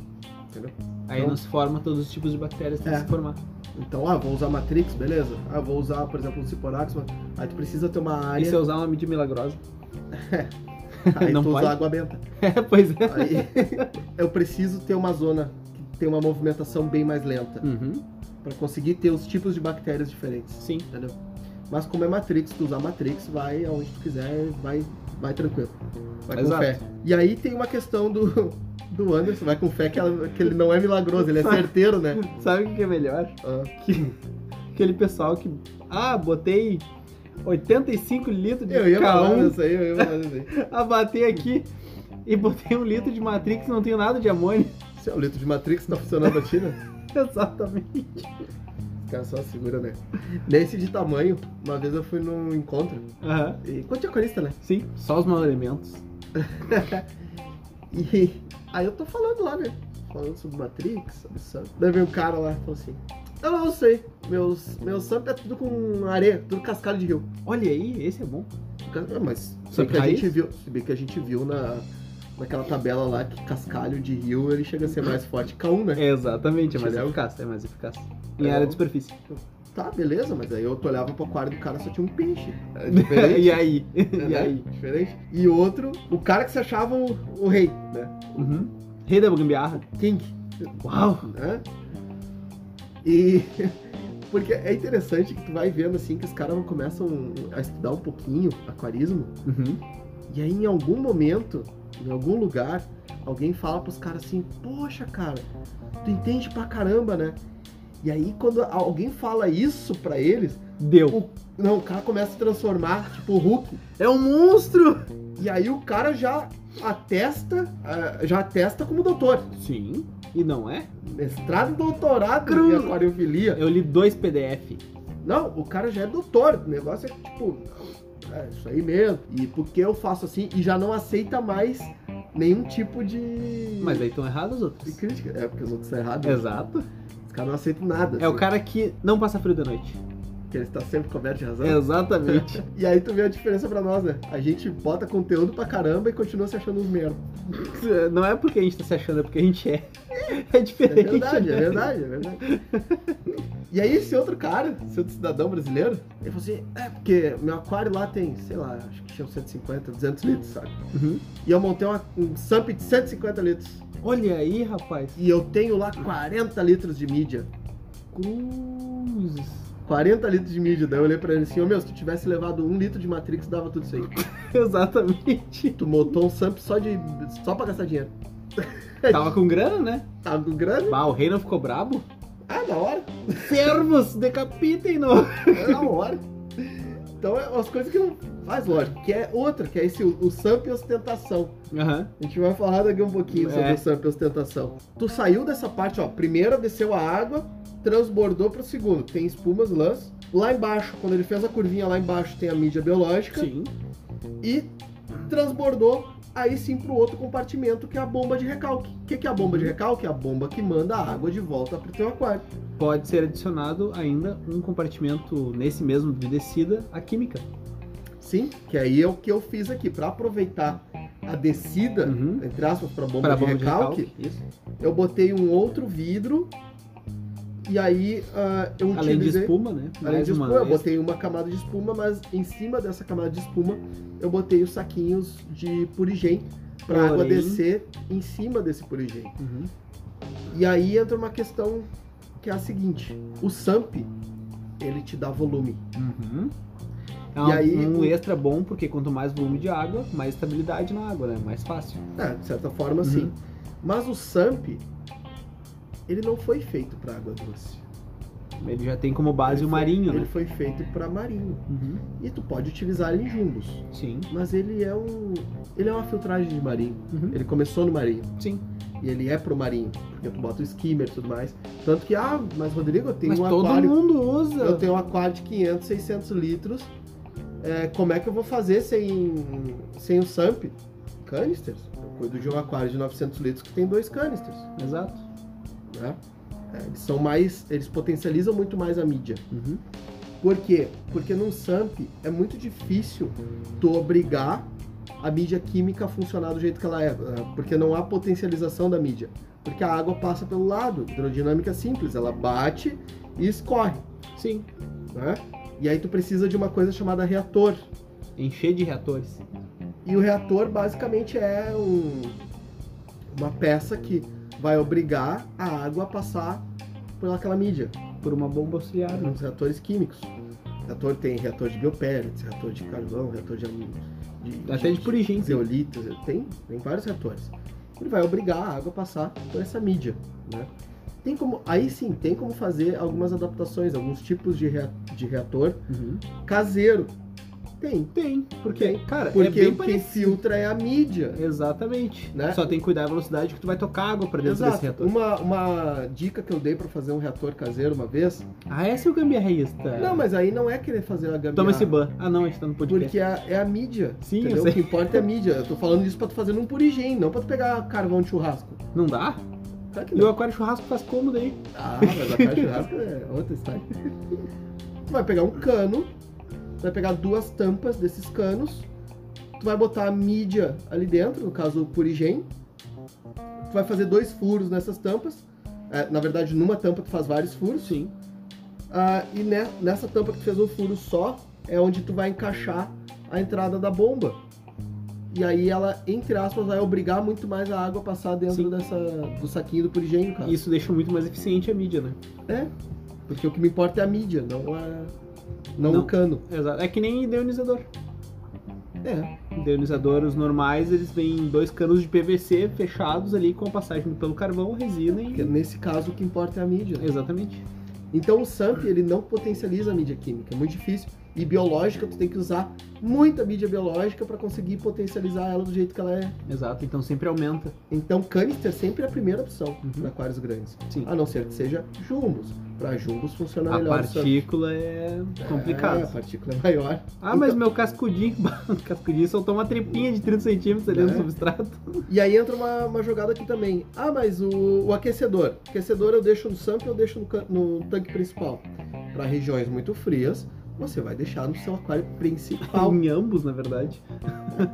Speaker 2: Entendeu?
Speaker 1: Aí
Speaker 2: Então-
Speaker 1: não se forma todos os tipos de bactérias que tem
Speaker 2: É.
Speaker 1: que se formar.
Speaker 2: Então, ah, vou usar Matrix, beleza? Ah, vou usar, por exemplo, um Ciporax, mas aí é- tu precisa ter uma
Speaker 1: E
Speaker 2: área,
Speaker 1: se eu usar uma mídia
Speaker 2: [LAUGHS]
Speaker 1: milagrosa?
Speaker 2: aí
Speaker 1: não
Speaker 2: tu
Speaker 1: pode?
Speaker 2: usa água benta.
Speaker 1: É, pois é.
Speaker 2: Aí [LAUGHS] eu preciso ter uma zona que tem uma movimentação bem mais lenta,
Speaker 1: Uhum.
Speaker 2: Pra conseguir ter os tipos de bactérias diferentes,
Speaker 1: Sim.
Speaker 2: entendeu? Mas como é Matrix, tu usar Matrix, vai aonde tu quiser, vai, vai tranquilo, vai com
Speaker 1: Exato.
Speaker 2: fé. E aí tem uma questão do, do Anderson, vai com fé que, ela- que ele não é milagroso, ele é certeiro, né?
Speaker 1: Sabe o que que é melhor?
Speaker 2: Ah,
Speaker 1: que aquele pessoal que ah, botei 85 litros de
Speaker 2: eu ia falar
Speaker 1: K1,
Speaker 2: disso aí, eu ia falar disso aí.
Speaker 1: abatei aqui e botei um litro de Matrix e não tenho nada de amônio.
Speaker 2: Se é o litro de Matrix, tá funcionando a ti, né?
Speaker 1: [LAUGHS] Exatamente.
Speaker 2: Os caras só segura, né? Nesse de tamanho, uma vez eu fui num encontro.
Speaker 1: Aham.
Speaker 2: E quanto é corista, né?
Speaker 1: Sim, só os maus elementos.
Speaker 2: E aí eu tô falando lá, né? Falando sobre Matrix, sobre Samp. Daí veio um cara lá e falou assim: Eu não sei, meus, meu Samp é tudo com areia, tudo cascalho de rio.
Speaker 1: Olha aí, esse é bom.
Speaker 2: Ah, Mas se bem
Speaker 1: Samp
Speaker 2: que a
Speaker 1: raiz?
Speaker 2: gente viu, se bem que a gente viu na, naquela tabela lá que cascalho de rio ele chega a ser mais forte que K1, né?
Speaker 1: Exatamente, é mais
Speaker 2: Tirar o-
Speaker 1: eficaz, é mais eficaz. Em
Speaker 2: É
Speaker 1: área
Speaker 2: o-
Speaker 1: de superfície.
Speaker 2: Tá, beleza, mas aí eu tô olhava pro aquário do cara só tinha um peixe.
Speaker 1: [LAUGHS]
Speaker 2: É [LAUGHS]
Speaker 1: e aí?
Speaker 2: né?
Speaker 1: E aí?
Speaker 2: Diferente. E outro, o cara que se achava o, o rei, né?
Speaker 1: Uhum. Rei da gambiarra.
Speaker 2: King,
Speaker 1: Uau!
Speaker 2: né? E. [LAUGHS] Porque é interessante que tu vai vendo assim que os caras começam a estudar um pouquinho aquarismo.
Speaker 1: Uhum.
Speaker 2: E aí em algum momento, em algum lugar, alguém fala pros caras assim, poxa cara, tu entende pra caramba, né? E aí quando alguém fala isso pra eles,
Speaker 1: Deu.
Speaker 2: não, o cara começa a se transformar, tipo o Hulk.
Speaker 1: É um monstro!
Speaker 2: E aí o cara já atesta, ah, já atesta como doutor.
Speaker 1: Sim, e não é?
Speaker 2: Mestrado, doutorado
Speaker 1: Cru.
Speaker 2: em aquariofilia.
Speaker 1: Eu li dois PDF.
Speaker 2: Não, o cara já é doutor. O negócio é tipo, é isso aí mesmo. E porque eu faço assim e já não aceita mais nenhum tipo de,
Speaker 1: Mas aí estão errados os
Speaker 2: de
Speaker 1: outros.
Speaker 2: crítica. É, porque os outros são errados.
Speaker 1: Exato.
Speaker 2: Os caras não aceitam nada. assim,
Speaker 1: É o cara que não passa frio da noite.
Speaker 2: Porque eles estão sempre coberto de razão.
Speaker 1: Exatamente.
Speaker 2: [LAUGHS] E aí tu vê a diferença pra nós, né? A gente bota conteúdo pra caramba e continua se achando uns merda.
Speaker 1: [LAUGHS] Não é porque a gente tá se achando, é porque a gente é. É
Speaker 2: É
Speaker 1: diferente.
Speaker 2: verdade, é
Speaker 1: né?
Speaker 2: verdade,
Speaker 1: [LAUGHS]
Speaker 2: é verdade. E aí esse outro cara, esse outro cidadão brasileiro, ele falou assim, é porque meu aquário lá tem, sei lá, acho que tinha uns 150, 200 litros, sabe?
Speaker 1: Uhum.
Speaker 2: E eu montei uma- um sump de 150 litros.
Speaker 1: Olha aí, rapaz.
Speaker 2: E eu tenho lá 40 litros de mídia.
Speaker 1: Cruzes.
Speaker 2: 40 litros de mídia. Daí eu olhei pra ele assim, ô meu, se tu tivesse levado um litro de Matrix, dava tudo isso aí.
Speaker 1: [LAUGHS] Exatamente.
Speaker 2: Tu montou um sump só de. só pra gastar dinheiro.
Speaker 1: Tava com grana, né?
Speaker 2: Tava com grana?
Speaker 1: Bah, o rei não ficou brabo?
Speaker 2: Ah, na hora.
Speaker 1: Servos, decapitem-no.
Speaker 2: É na hora. Então é umas coisas que não faz lógica. Que é outra, que é esse o, o Samp e ostentação.
Speaker 1: Aham.
Speaker 2: A gente vai falar daqui um pouquinho sobre
Speaker 1: É.
Speaker 2: o Samp e ostentação. Tu saiu dessa parte, ó. Primeiro desceu a água, transbordou pro segundo. Tem espumas, lãs. Lá embaixo, quando ele fez a curvinha lá embaixo, tem a mídia biológica.
Speaker 1: Sim.
Speaker 2: E transbordou aí sim pro outro compartimento, que é a bomba de recalque. O que, que é a bomba de recalque? É a bomba que manda a água de volta pro teu aquário.
Speaker 1: Pode ser adicionado ainda um compartimento nesse mesmo de descida, a química.
Speaker 2: Sim, que aí é o que eu fiz aqui, pra aproveitar a descida,
Speaker 1: Uhum.
Speaker 2: entre aspas, pra bomba,
Speaker 1: Pra
Speaker 2: de,
Speaker 1: bomba de
Speaker 2: recalque,
Speaker 1: recalque. Isso.
Speaker 2: eu botei um outro vidro e aí ah, eu
Speaker 1: Além de
Speaker 2: utilizei...
Speaker 1: espuma, né?
Speaker 2: Além
Speaker 1: Mais
Speaker 2: de
Speaker 1: uma
Speaker 2: espuma, eu
Speaker 1: vez.
Speaker 2: botei uma camada de espuma, mas em cima dessa camada de espuma eu botei os saquinhos de purigem pra água
Speaker 1: Porém-
Speaker 2: descer em cima desse purigem.
Speaker 1: Uhum.
Speaker 2: E aí entra uma questão que é a seguinte: o SAMP ele te dá volume.
Speaker 1: Uhum. É
Speaker 2: E
Speaker 1: um,
Speaker 2: aí,
Speaker 1: um
Speaker 2: o-
Speaker 1: extra bom, porque quanto mais volume de água, mais estabilidade na água, né? Mais fácil.
Speaker 2: É, de certa forma,
Speaker 1: Uhum.
Speaker 2: sim. Mas o SAMP ele não foi feito para água doce.
Speaker 1: Ele já tem como base
Speaker 2: Ele
Speaker 1: o
Speaker 2: foi-
Speaker 1: marinho,
Speaker 2: Ele
Speaker 1: né?
Speaker 2: foi feito para marinho.
Speaker 1: Uhum.
Speaker 2: E tu pode utilizar ele em jumbos.
Speaker 1: Sim.
Speaker 2: Mas ele é um. Ele é uma filtragem de marinho.
Speaker 1: Uhum.
Speaker 2: Ele começou no marinho.
Speaker 1: Sim.
Speaker 2: E ele é pro marinho. Porque tu bota o skimmer e tudo mais. Tanto que, ah, mas Rodrigo, eu tenho
Speaker 1: Mas
Speaker 2: um
Speaker 1: todo
Speaker 2: aquário.
Speaker 1: mundo usa.
Speaker 2: Eu tenho um aquário de 500, 600 litros. É, como é que eu vou fazer sem, sem o SAMP? Canisters. Eu cuido de um aquário de 900 litros que tem dois canisters.
Speaker 1: Exato.
Speaker 2: Né? É, eles são mais. Eles potencializam muito mais a mídia.
Speaker 1: Uhum.
Speaker 2: Por quê? Porque num SAMP é muito difícil tu obrigar a mídia química a funcionar do jeito que ela é, eh, porque não há potencialização da mídia. Porque a água passa pelo lado, hidrodinâmica simples, ela bate e escorre,
Speaker 1: Sim.
Speaker 2: né? E aí tu precisa de uma coisa chamada reator.
Speaker 1: Encher de reatores.
Speaker 2: E o reator basicamente é um, uma peça que vai obrigar a água a passar por aquela mídia.
Speaker 1: Por uma bomba auxiliar, né?
Speaker 2: nos Ah, reatores químicos. Reator tem reator de biopellets, reator de carvão, reator de alumínio, de,
Speaker 1: Até de purigem. sim.
Speaker 2: zeolitos, tem, tem vários reatores. Ele vai obrigar a água a passar por essa mídia, né? Tem como, aí sim, tem como fazer algumas adaptações, alguns tipos de, rea- de reator
Speaker 1: Uhum.
Speaker 2: caseiro. Tem,
Speaker 1: Tem. Porque,
Speaker 2: Tem.
Speaker 1: cara, é
Speaker 2: porque
Speaker 1: bem
Speaker 2: quem
Speaker 1: parecido.
Speaker 2: filtra é a mídia.
Speaker 1: Exatamente.
Speaker 2: Né?
Speaker 1: Só tem que cuidar da velocidade que tu vai tocar água pra dentro desse
Speaker 2: Exato.
Speaker 1: reator.
Speaker 2: Uma, uma dica que eu dei para fazer um reator caseiro uma vez.
Speaker 1: Ah, é seu gambiarrista.
Speaker 2: Não, mas aí não é querer fazer a gambiarra.
Speaker 1: Toma esse ban. Ah, não, a gente tá no podcast.
Speaker 2: Porque é, é a mídia.
Speaker 1: Sim, eu
Speaker 2: entendeu?
Speaker 1: sei.
Speaker 2: O que importa é a mídia. Eu tô falando isso pra tu fazer num purigem, não pra tu pegar carvão de churrasco.
Speaker 1: Não dá?
Speaker 2: Claro que
Speaker 1: E o
Speaker 2: não.
Speaker 1: aquário churrasco faz como daí?
Speaker 2: Ah, mas a carne de churrasco é outra história. Tu vai pegar um cano, tu vai pegar duas tampas desses canos, tu vai botar a mídia ali dentro, no caso o purigem, tu vai fazer dois furos nessas tampas. É, na verdade, numa tampa tu faz vários furos.
Speaker 1: Sim.
Speaker 2: Ah, e ne- nessa tampa que tu fez um furo só é onde tu vai encaixar a entrada da bomba. E aí ela, entre aspas, vai obrigar muito mais a água a passar dentro
Speaker 1: Sim.
Speaker 2: dessa, do saquinho do purigênio, cara.
Speaker 1: Isso deixa muito mais eficiente a mídia, né?
Speaker 2: É, Porque o que me importa é a mídia, não a. Não,
Speaker 1: Não.
Speaker 2: o cano.
Speaker 1: Exato. É que nem deionizador.
Speaker 2: É.
Speaker 1: Deionizador, os normais, eles vêm dois canos de PVC fechados ali com a passagem pelo carvão, resina
Speaker 2: Porque
Speaker 1: e.
Speaker 2: nesse caso o que importa é a mídia.
Speaker 1: Exatamente.
Speaker 2: Então o SAMP ele não potencializa a mídia química, é muito difícil. E biológica, tu tem que usar muita mídia biológica para conseguir potencializar ela do jeito que ela é.
Speaker 1: Exato. Então sempre aumenta.
Speaker 2: Então canister sempre é a primeira opção
Speaker 1: Uhum.
Speaker 2: para aquários grandes.
Speaker 1: Sim.
Speaker 2: A não ser que seja jumbos. Para jumbos funciona
Speaker 1: A
Speaker 2: é melhor. sabe?
Speaker 1: partícula é
Speaker 2: É, a
Speaker 1: complicado.
Speaker 2: partícula é maior.
Speaker 1: Ah, mas meu cascudinho, [LAUGHS] cascudinho soltou uma tripinha de 30 centímetros ali no
Speaker 2: É.
Speaker 1: substrato.
Speaker 2: E aí entra uma, uma jogada aqui também. Ah, mas o, o aquecedor. O aquecedor eu deixo no samp eu deixo no, can- no tanque principal. Para regiões muito frias, você vai deixar no seu aquário principal.
Speaker 1: Em ambos, na verdade.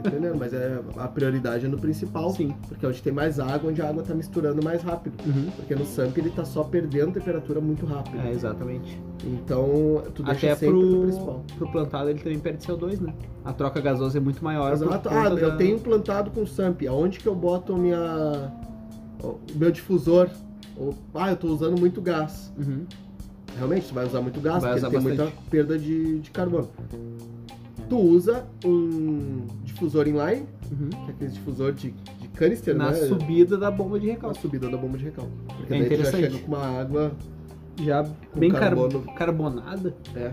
Speaker 2: entendeu? Mas é, a prioridade é no principal,
Speaker 1: Sim.
Speaker 2: porque é onde tem mais água, onde a água está misturando mais rápido.
Speaker 1: Uhum.
Speaker 2: Porque no samp ele tá só perdendo temperatura muito rápido.
Speaker 1: É, exatamente.
Speaker 2: Então, tu deixa
Speaker 1: Até
Speaker 2: sempre no
Speaker 1: pro,
Speaker 2: principal.
Speaker 1: pro plantado ele também perde CO2, né? A troca gasosa é muito maior. por
Speaker 2: Exato. Ah,
Speaker 1: conta
Speaker 2: eu
Speaker 1: da-
Speaker 2: tenho implantado com SAMP. Aonde que eu boto a minha, o meu difusor? Ou, ah, eu tô usando muito gás.
Speaker 1: Uhum.
Speaker 2: Realmente, tu vai usar muito gás,
Speaker 1: Vai
Speaker 2: porque
Speaker 1: usar
Speaker 2: tem
Speaker 1: bastante.
Speaker 2: muita perda de, de carbono. Tu usa um difusor inline,
Speaker 1: Uhum.
Speaker 2: que é aquele difusor de, de canister,
Speaker 1: Na
Speaker 2: né?
Speaker 1: subida da bomba de
Speaker 2: Na
Speaker 1: recalque.
Speaker 2: subida da bomba de recalque. Porque
Speaker 1: É
Speaker 2: daí tu já
Speaker 1: interessante.
Speaker 2: chega com uma água
Speaker 1: já
Speaker 2: tá Com
Speaker 1: bem car-
Speaker 2: carbono.
Speaker 1: carbonada.
Speaker 2: É.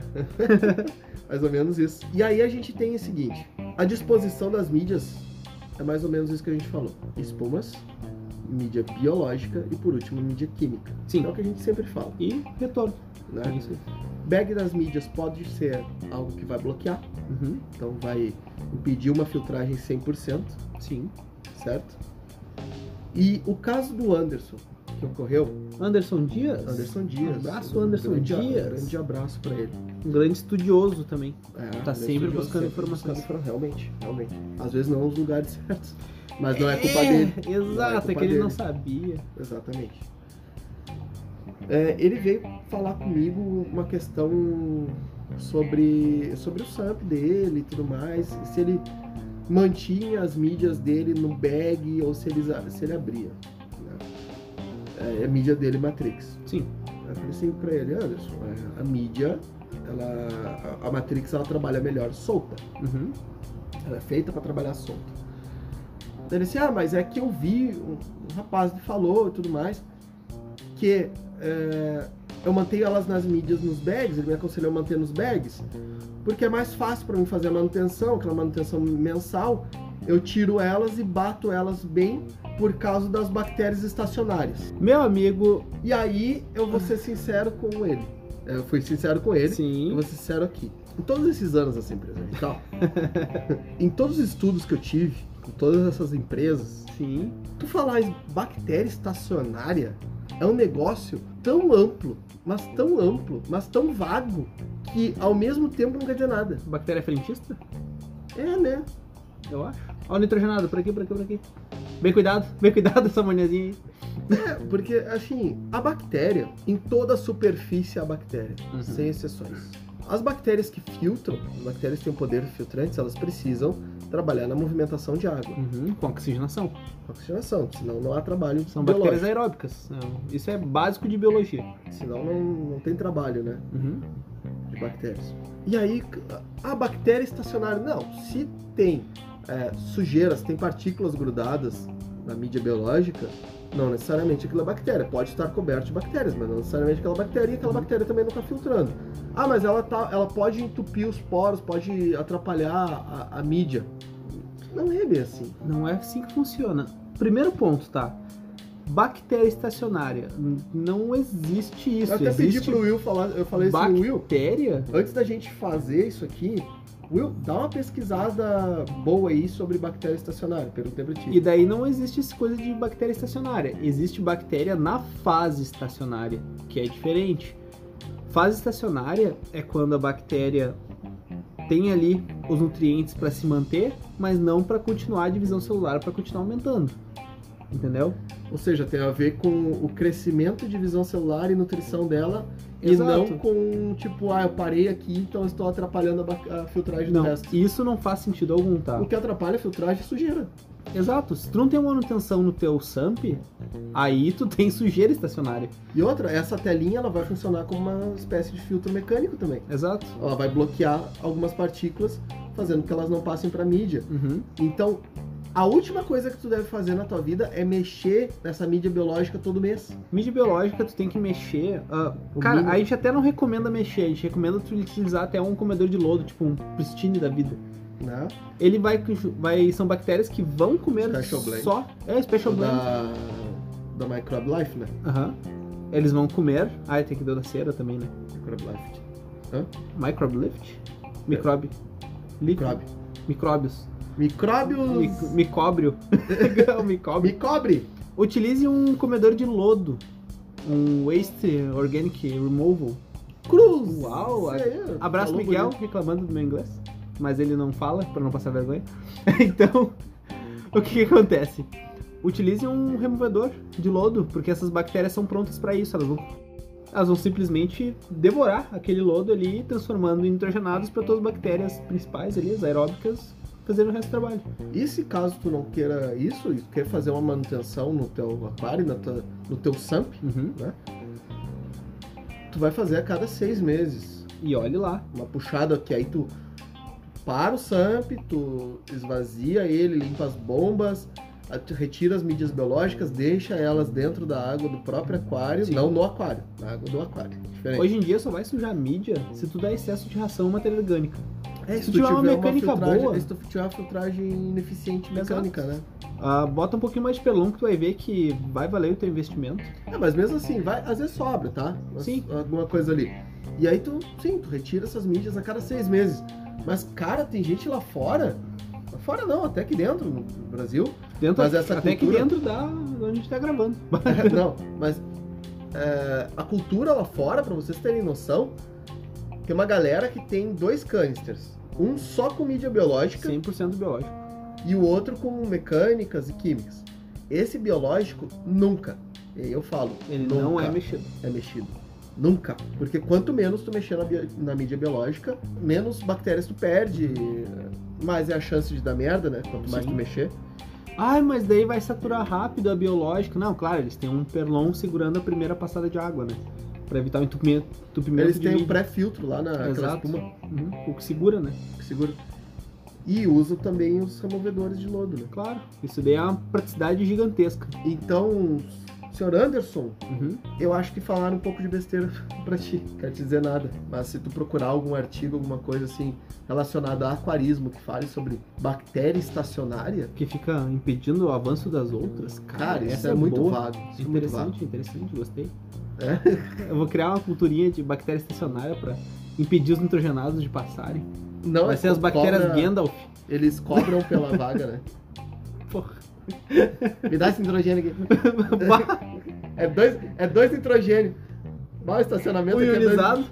Speaker 2: [LAUGHS] mais ou menos isso. E aí a gente tem o seguinte: a disposição das mídias é mais ou menos isso que a gente falou: espumas, mídia biológica e por último, mídia química.
Speaker 1: Sim.
Speaker 2: É o que a gente sempre fala,
Speaker 1: E retorno.
Speaker 2: né?
Speaker 1: É isso.
Speaker 2: Bag das mídias pode ser algo que vai bloquear,
Speaker 1: Uhum.
Speaker 2: então vai impedir uma filtragem 100%,
Speaker 1: Sim.
Speaker 2: certo? E o caso do Anderson, que ocorreu,
Speaker 1: Anderson Dias.
Speaker 2: Anderson Dias.
Speaker 1: Um abraço, Anderson
Speaker 2: grande, um
Speaker 1: Dias.
Speaker 2: Grande abraço pra ele.
Speaker 1: Um grande estudioso também.
Speaker 2: É,
Speaker 1: Tá
Speaker 2: né,
Speaker 1: sempre
Speaker 2: estudioso,
Speaker 1: buscando
Speaker 2: sempre
Speaker 1: informações.
Speaker 2: buscando info- realmente, realmente. Às vezes não nos lugares [LAUGHS] certos. Mas não é culpa dele. Não é
Speaker 1: Exato,
Speaker 2: culpa
Speaker 1: é, que ele
Speaker 2: dele.
Speaker 1: não sabia.
Speaker 2: Exatamente. É, ele veio falar comigo uma questão sobre, sobre o SAMP dele e tudo mais. Se ele mantinha as mídias dele no bag ou se ele, se ele abria. né? É, a mídia dele Matrix.
Speaker 1: Sim.
Speaker 2: Eu falei assim pra ele, Anderson, é, a- a mídia, ela, a- a Matrix ela trabalha melhor solta.
Speaker 1: Uhum.
Speaker 2: Ela é feita para trabalhar solta. Então ele disse, ah, mas é que eu vi, um, um rapaz me falou e tudo mais, que é, eu mantenho elas nas mídias, nos bags, ele me aconselhou a manter nos bags, porque é mais fácil para mim fazer a manutenção, aquela manutenção mensal, eu tiro elas e bato elas bem por causa das bactérias estacionárias.
Speaker 1: Meu amigo,
Speaker 2: E aí eu vou ser sincero com ele. É, Eu fui sincero com ele. Eu
Speaker 1: sim.
Speaker 2: vou ser sincero aqui. Em todos esses anos dessa empresa e tal, [LAUGHS] em todos os estudos que eu tive, com todas essas empresas,
Speaker 1: Sim.
Speaker 2: tu falar em bactéria estacionária é um negócio tão amplo, mas tão amplo, mas tão vago, que ao mesmo tempo não quer dizer nada.
Speaker 1: Bactéria frentista?
Speaker 2: É, né?
Speaker 1: Eu acho. Ó, o nitrogenado, por aqui, por aqui, por aqui. Bem cuidado, bem cuidado [LAUGHS] essa manhãzinha aí.
Speaker 2: É, porque, assim, a bactéria, em toda a superfície há bactéria,
Speaker 1: Uhum.
Speaker 2: sem exceções. As bactérias que filtram, as bactérias que têm um poder filtrante, elas precisam trabalhar na movimentação de água.
Speaker 1: Uhum, com oxigenação.
Speaker 2: com oxigenação, senão não há trabalho
Speaker 1: São
Speaker 2: biológico.
Speaker 1: bactérias aeróbicas. Não, Isso é básico de biologia.
Speaker 2: Senão não, não tem trabalho, né,
Speaker 1: Uhum.
Speaker 2: de bactérias. E aí, a bactéria estacionária, não, se tem é, sujeiras, tem partículas grudadas na mídia biológica, não necessariamente aquela bactéria, pode estar coberto de bactérias, mas não necessariamente aquela bactéria, e aquela
Speaker 1: Uhum.
Speaker 2: bactéria também não está filtrando. Ah, mas ela, tá, ela pode entupir os poros, pode atrapalhar a, a mídia. Não é bem assim.
Speaker 1: Não é assim que funciona. Primeiro ponto, tá? Bactéria estacionária. N- Não existe isso.
Speaker 2: eu até
Speaker 1: existe
Speaker 2: pedi pro Will falar, eu falei assim, Will,
Speaker 1: bactéria?
Speaker 2: Antes da gente fazer isso aqui, Will, dá uma pesquisada boa aí sobre bactéria estacionária. Perguntei pra ti.
Speaker 1: E daí não existe essa coisa de bactéria estacionária. Existe bactéria na fase estacionária, que é diferente. Fase estacionária é quando a bactéria tem ali os nutrientes para se manter, mas não para continuar a divisão celular, para continuar aumentando. Entendeu?
Speaker 2: Ou seja, tem a ver com o crescimento de divisão celular e nutrição dela. E não com, tipo, ah, eu parei aqui, então eu estou atrapalhando a, bac- a filtragem
Speaker 1: Não,
Speaker 2: do resto.
Speaker 1: isso não faz sentido algum, tá?
Speaker 2: O que atrapalha a filtragem é sujeira.
Speaker 1: Exato. Se tu não tem manutenção no teu SAMP, aí tu tem sujeira estacionária.
Speaker 2: E outra, essa telinha ela vai funcionar como uma espécie de filtro mecânico também.
Speaker 1: Exato.
Speaker 2: Ela vai bloquear algumas partículas, fazendo com que elas não passem pra mídia.
Speaker 1: Uhum.
Speaker 2: Então, a última coisa que tu deve fazer na tua vida é mexer nessa mídia biológica todo mês.
Speaker 1: Mídia biológica, tu tem que mexer. ah,
Speaker 2: O
Speaker 1: cara,
Speaker 2: mínimo.
Speaker 1: a gente até não recomenda mexer, a gente recomenda tu utilizar até um comedor de lodo, tipo um pristine da vida.
Speaker 2: Né?
Speaker 1: Ele vai. vai são bactérias que vão comer
Speaker 2: Special blend.
Speaker 1: só. É, special
Speaker 2: O
Speaker 1: blend.
Speaker 2: Da, da Microbe Life, né?
Speaker 1: Aham. Eles vão comer. Ai, tem que dar da cera também, né?
Speaker 2: Microbe Life.
Speaker 1: Microbe lift? Microbe. Lift.
Speaker 2: Microbe.
Speaker 1: Micróbios. Mic-
Speaker 2: Micróbios.
Speaker 1: Micróbrio. [LAUGHS] o micróbio.
Speaker 2: Me cobre!
Speaker 1: Utilize um comedor de lodo. Um Waste Organic Removal.
Speaker 2: Cruz!
Speaker 1: Uau, é.
Speaker 2: Isso aí,
Speaker 1: Abraço,
Speaker 2: falou
Speaker 1: Miguel,
Speaker 2: bonito.
Speaker 1: reclamando do meu inglês. Mas ele não fala, pra não passar vergonha. [LAUGHS] Então, o que, que acontece? Utilize um removedor de lodo, porque essas bactérias são prontas pra isso. Elas vão, elas vão simplesmente devorar aquele lodo ali, transformando em nitrogenados para todas as bactérias principais ali, as aeróbicas, fazerem o resto do trabalho.
Speaker 2: E se caso tu não queira isso, e tu quer fazer uma manutenção no teu aquário, na tua- no teu SAMP,
Speaker 1: Uhum.
Speaker 2: tu vai fazer a cada seis meses.
Speaker 1: E olhe lá.
Speaker 2: uma puxada que aí tu para o SAMP, tu esvazia ele, limpa as bombas, a- tu retira as mídias biológicas, deixa elas dentro da água do próprio aquário,
Speaker 1: Sim.
Speaker 2: não no aquário, na água do aquário. Diferente.
Speaker 1: Hoje em dia só vai sujar a mídia se tu dá excesso de ração ou matéria orgânica.
Speaker 2: é,
Speaker 1: se tiver uma mecânica
Speaker 2: filtragem, é,
Speaker 1: boa-
Speaker 2: Se tu tiver uma filtragem ineficiente
Speaker 1: Exato.
Speaker 2: mecânica, né?
Speaker 1: Ah, bota um pouquinho mais de pelão que tu vai ver que vai valer o teu investimento.
Speaker 2: É, mas mesmo assim, vai, às vezes sobra, tá? Mas
Speaker 1: Sim.
Speaker 2: Alguma coisa ali. E aí tu, sim, tu retira essas mídias a cada seis meses. Mas, cara, tem gente lá fora. Lá fora não, até aqui dentro, no Brasil.
Speaker 1: Dentro,
Speaker 2: Mas essa
Speaker 1: até
Speaker 2: cultura-
Speaker 1: que dentro da onde a gente tá gravando.
Speaker 2: É, [LAUGHS] não, mas é, a cultura lá fora, pra vocês terem noção, tem uma galera que tem dois canisters. Um só com mídia biológica
Speaker 1: 100% biológico.
Speaker 2: e o outro com mecânicas e químicas. Esse biológico nunca, e aí eu falo,
Speaker 1: Ele
Speaker 2: nunca
Speaker 1: não é mexido.
Speaker 2: é mexido. Nunca. Porque quanto menos tu mexer na, bio- na mídia biológica, menos bactérias tu perde, mais é a chance de dar merda, né? Quanto mais
Speaker 1: Sim.
Speaker 2: tu mexer.
Speaker 1: Ai, mas daí vai saturar rápido a biológica. Não, claro, eles têm um perlon segurando a primeira passada de água, né? Pra evitar o entupimento, entupimento
Speaker 2: Eles
Speaker 1: de
Speaker 2: têm um
Speaker 1: mídia.
Speaker 2: pré-filtro lá na aquela
Speaker 1: Exato.
Speaker 2: espuma
Speaker 1: Uhum, o que segura, né?
Speaker 2: que segura. E usam também os removedores de lodo, né?
Speaker 1: Claro. Isso daí é uma praticidade gigantesca.
Speaker 2: Então, senhor Anderson,
Speaker 1: Uhum.
Speaker 2: eu acho que falaram um pouco de besteira [LAUGHS] pra ti. Não quero te dizer nada. Mas se tu procurar algum artigo, alguma coisa assim relacionada a aquarismo que fale sobre bactéria estacionária,
Speaker 1: Que fica impedindo o avanço das outras. Cara,
Speaker 2: cara, isso
Speaker 1: essa
Speaker 2: é, muito
Speaker 1: boa.
Speaker 2: vago. Isso é muito vago.
Speaker 1: Interessante, interessante, gostei.
Speaker 2: É?
Speaker 1: Eu vou criar uma culturinha de bactéria estacionária pra impedir os nitrogenados de passarem.
Speaker 2: Não,
Speaker 1: Vai
Speaker 2: é
Speaker 1: ser as bactérias
Speaker 2: cobra- [LAUGHS]
Speaker 1: Gandalf.
Speaker 2: Eles cobram pela vaga, né?
Speaker 1: [LAUGHS] Porra.
Speaker 2: Me dá esse nitrogênio aqui.
Speaker 1: [LAUGHS]
Speaker 2: É dois, é dois nitrogênio. Mal estacionamento
Speaker 1: o
Speaker 2: aqui é dois-
Speaker 1: ionizado.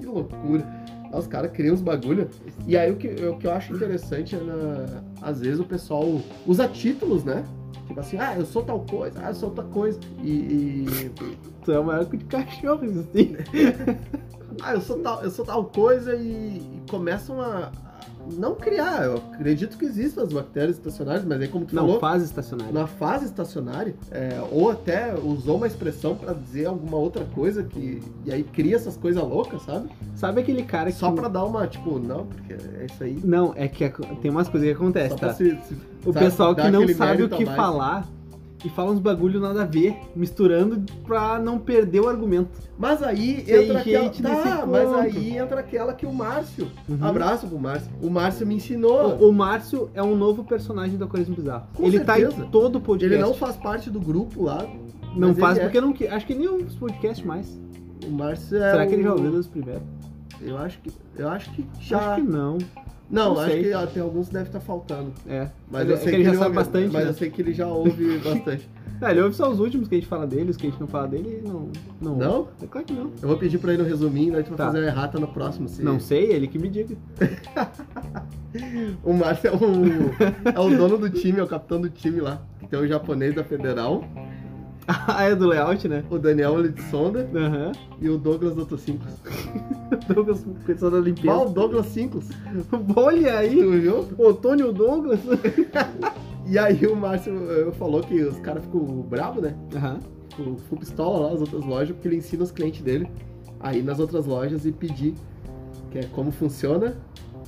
Speaker 2: Que loucura. Ah, Os caras criam uns bagulho. E aí o que, o que eu acho interessante é, na- às vezes, o pessoal usa títulos, né? Tipo assim, ah, eu sou tal coisa, ah, eu sou tal coisa. E. e-
Speaker 1: Tu é o maior que de cachorros, assim.
Speaker 2: ah, eu sou tal, eu sou tal coisa e, e começam a. a Não criar, eu acredito que existam as bactérias estacionárias, mas aí como tu
Speaker 1: Não,
Speaker 2: falou,
Speaker 1: fase estacionária.
Speaker 2: na fase estacionária, é, ou até usou uma expressão pra dizer alguma outra coisa que. E aí cria essas coisas loucas, sabe?
Speaker 1: Sabe aquele cara é que.
Speaker 2: Só pra dar uma, tipo, não, porque é isso aí.
Speaker 1: Não, é que ac- tem umas coisas que
Speaker 2: Só
Speaker 1: acontecem,
Speaker 2: pra
Speaker 1: tá?
Speaker 2: se, se-
Speaker 1: O
Speaker 2: É, sabe,
Speaker 1: pessoal
Speaker 2: dar
Speaker 1: que não
Speaker 2: aquele
Speaker 1: sabe o
Speaker 2: mérito a
Speaker 1: que
Speaker 2: mais.
Speaker 1: falar e fala uns bagulho nada a ver, misturando pra não perder o argumento.
Speaker 2: Mas aí
Speaker 1: Tem
Speaker 2: entra aquela.
Speaker 1: gente nesse
Speaker 2: Tá, mas
Speaker 1: ponto.
Speaker 2: aí entra aquela que o Márcio.
Speaker 1: Uhum.
Speaker 2: Abraço pro Márcio. O Márcio me ensinou.
Speaker 1: O, o Márcio é um novo personagem do Aquarismo Bizarro.
Speaker 2: Com
Speaker 1: ele tá
Speaker 2: certeza.
Speaker 1: em todo o podcast.
Speaker 2: Ele não faz parte do grupo lá. mas
Speaker 1: Não
Speaker 2: ele
Speaker 1: faz
Speaker 2: é.
Speaker 1: porque não quer. Acho que nem os podcasts mais.
Speaker 2: O Márcio é.
Speaker 1: Será que ele já
Speaker 2: o-
Speaker 1: ouviu dos primeiros?
Speaker 2: Eu acho que. Eu acho que já.
Speaker 1: Acho que não.
Speaker 2: Não,
Speaker 1: não
Speaker 2: acho
Speaker 1: sei.
Speaker 2: que ó, tem alguns que deve estar faltando.
Speaker 1: É.
Speaker 2: Mas
Speaker 1: É
Speaker 2: eu
Speaker 1: que
Speaker 2: sei
Speaker 1: ele já sabe
Speaker 2: ouve-
Speaker 1: bastante,
Speaker 2: Mas
Speaker 1: né?
Speaker 2: eu sei que ele já
Speaker 1: [LAUGHS]
Speaker 2: ouve bastante.
Speaker 1: Ah, ele ouve só os últimos que a gente fala dele, os que a gente não fala dele, não. Não? ouve.
Speaker 2: Não?
Speaker 1: É claro que não.
Speaker 2: Eu vou pedir pra ele um resuminho, daí tu vai
Speaker 1: Tá.
Speaker 2: fazer uma errata no próximo. se-
Speaker 1: Não sei, ele que me diga. [LAUGHS]
Speaker 2: O Márcio é o, é o dono do time, é o capitão do time lá. Que tem o japonês da Federal,
Speaker 1: ah, é do layout, né?
Speaker 2: o Daniel ele de sonda
Speaker 1: Aham. [LAUGHS]
Speaker 2: e o Douglas do Auto Simples.
Speaker 1: Douglas, coisa da limpeza.
Speaker 2: Mal Douglas Simples,
Speaker 1: [LAUGHS] Olha aí,
Speaker 2: tu viu?
Speaker 1: Otônio Douglas. [LAUGHS]
Speaker 2: E aí o Márcio eh, falou que os caras ficam bravos, né?
Speaker 1: Aham.
Speaker 2: Ficou, ficou pistola lá nas outras lojas, porque ele ensina os clientes dele a ir nas outras lojas e pedir que é como funciona,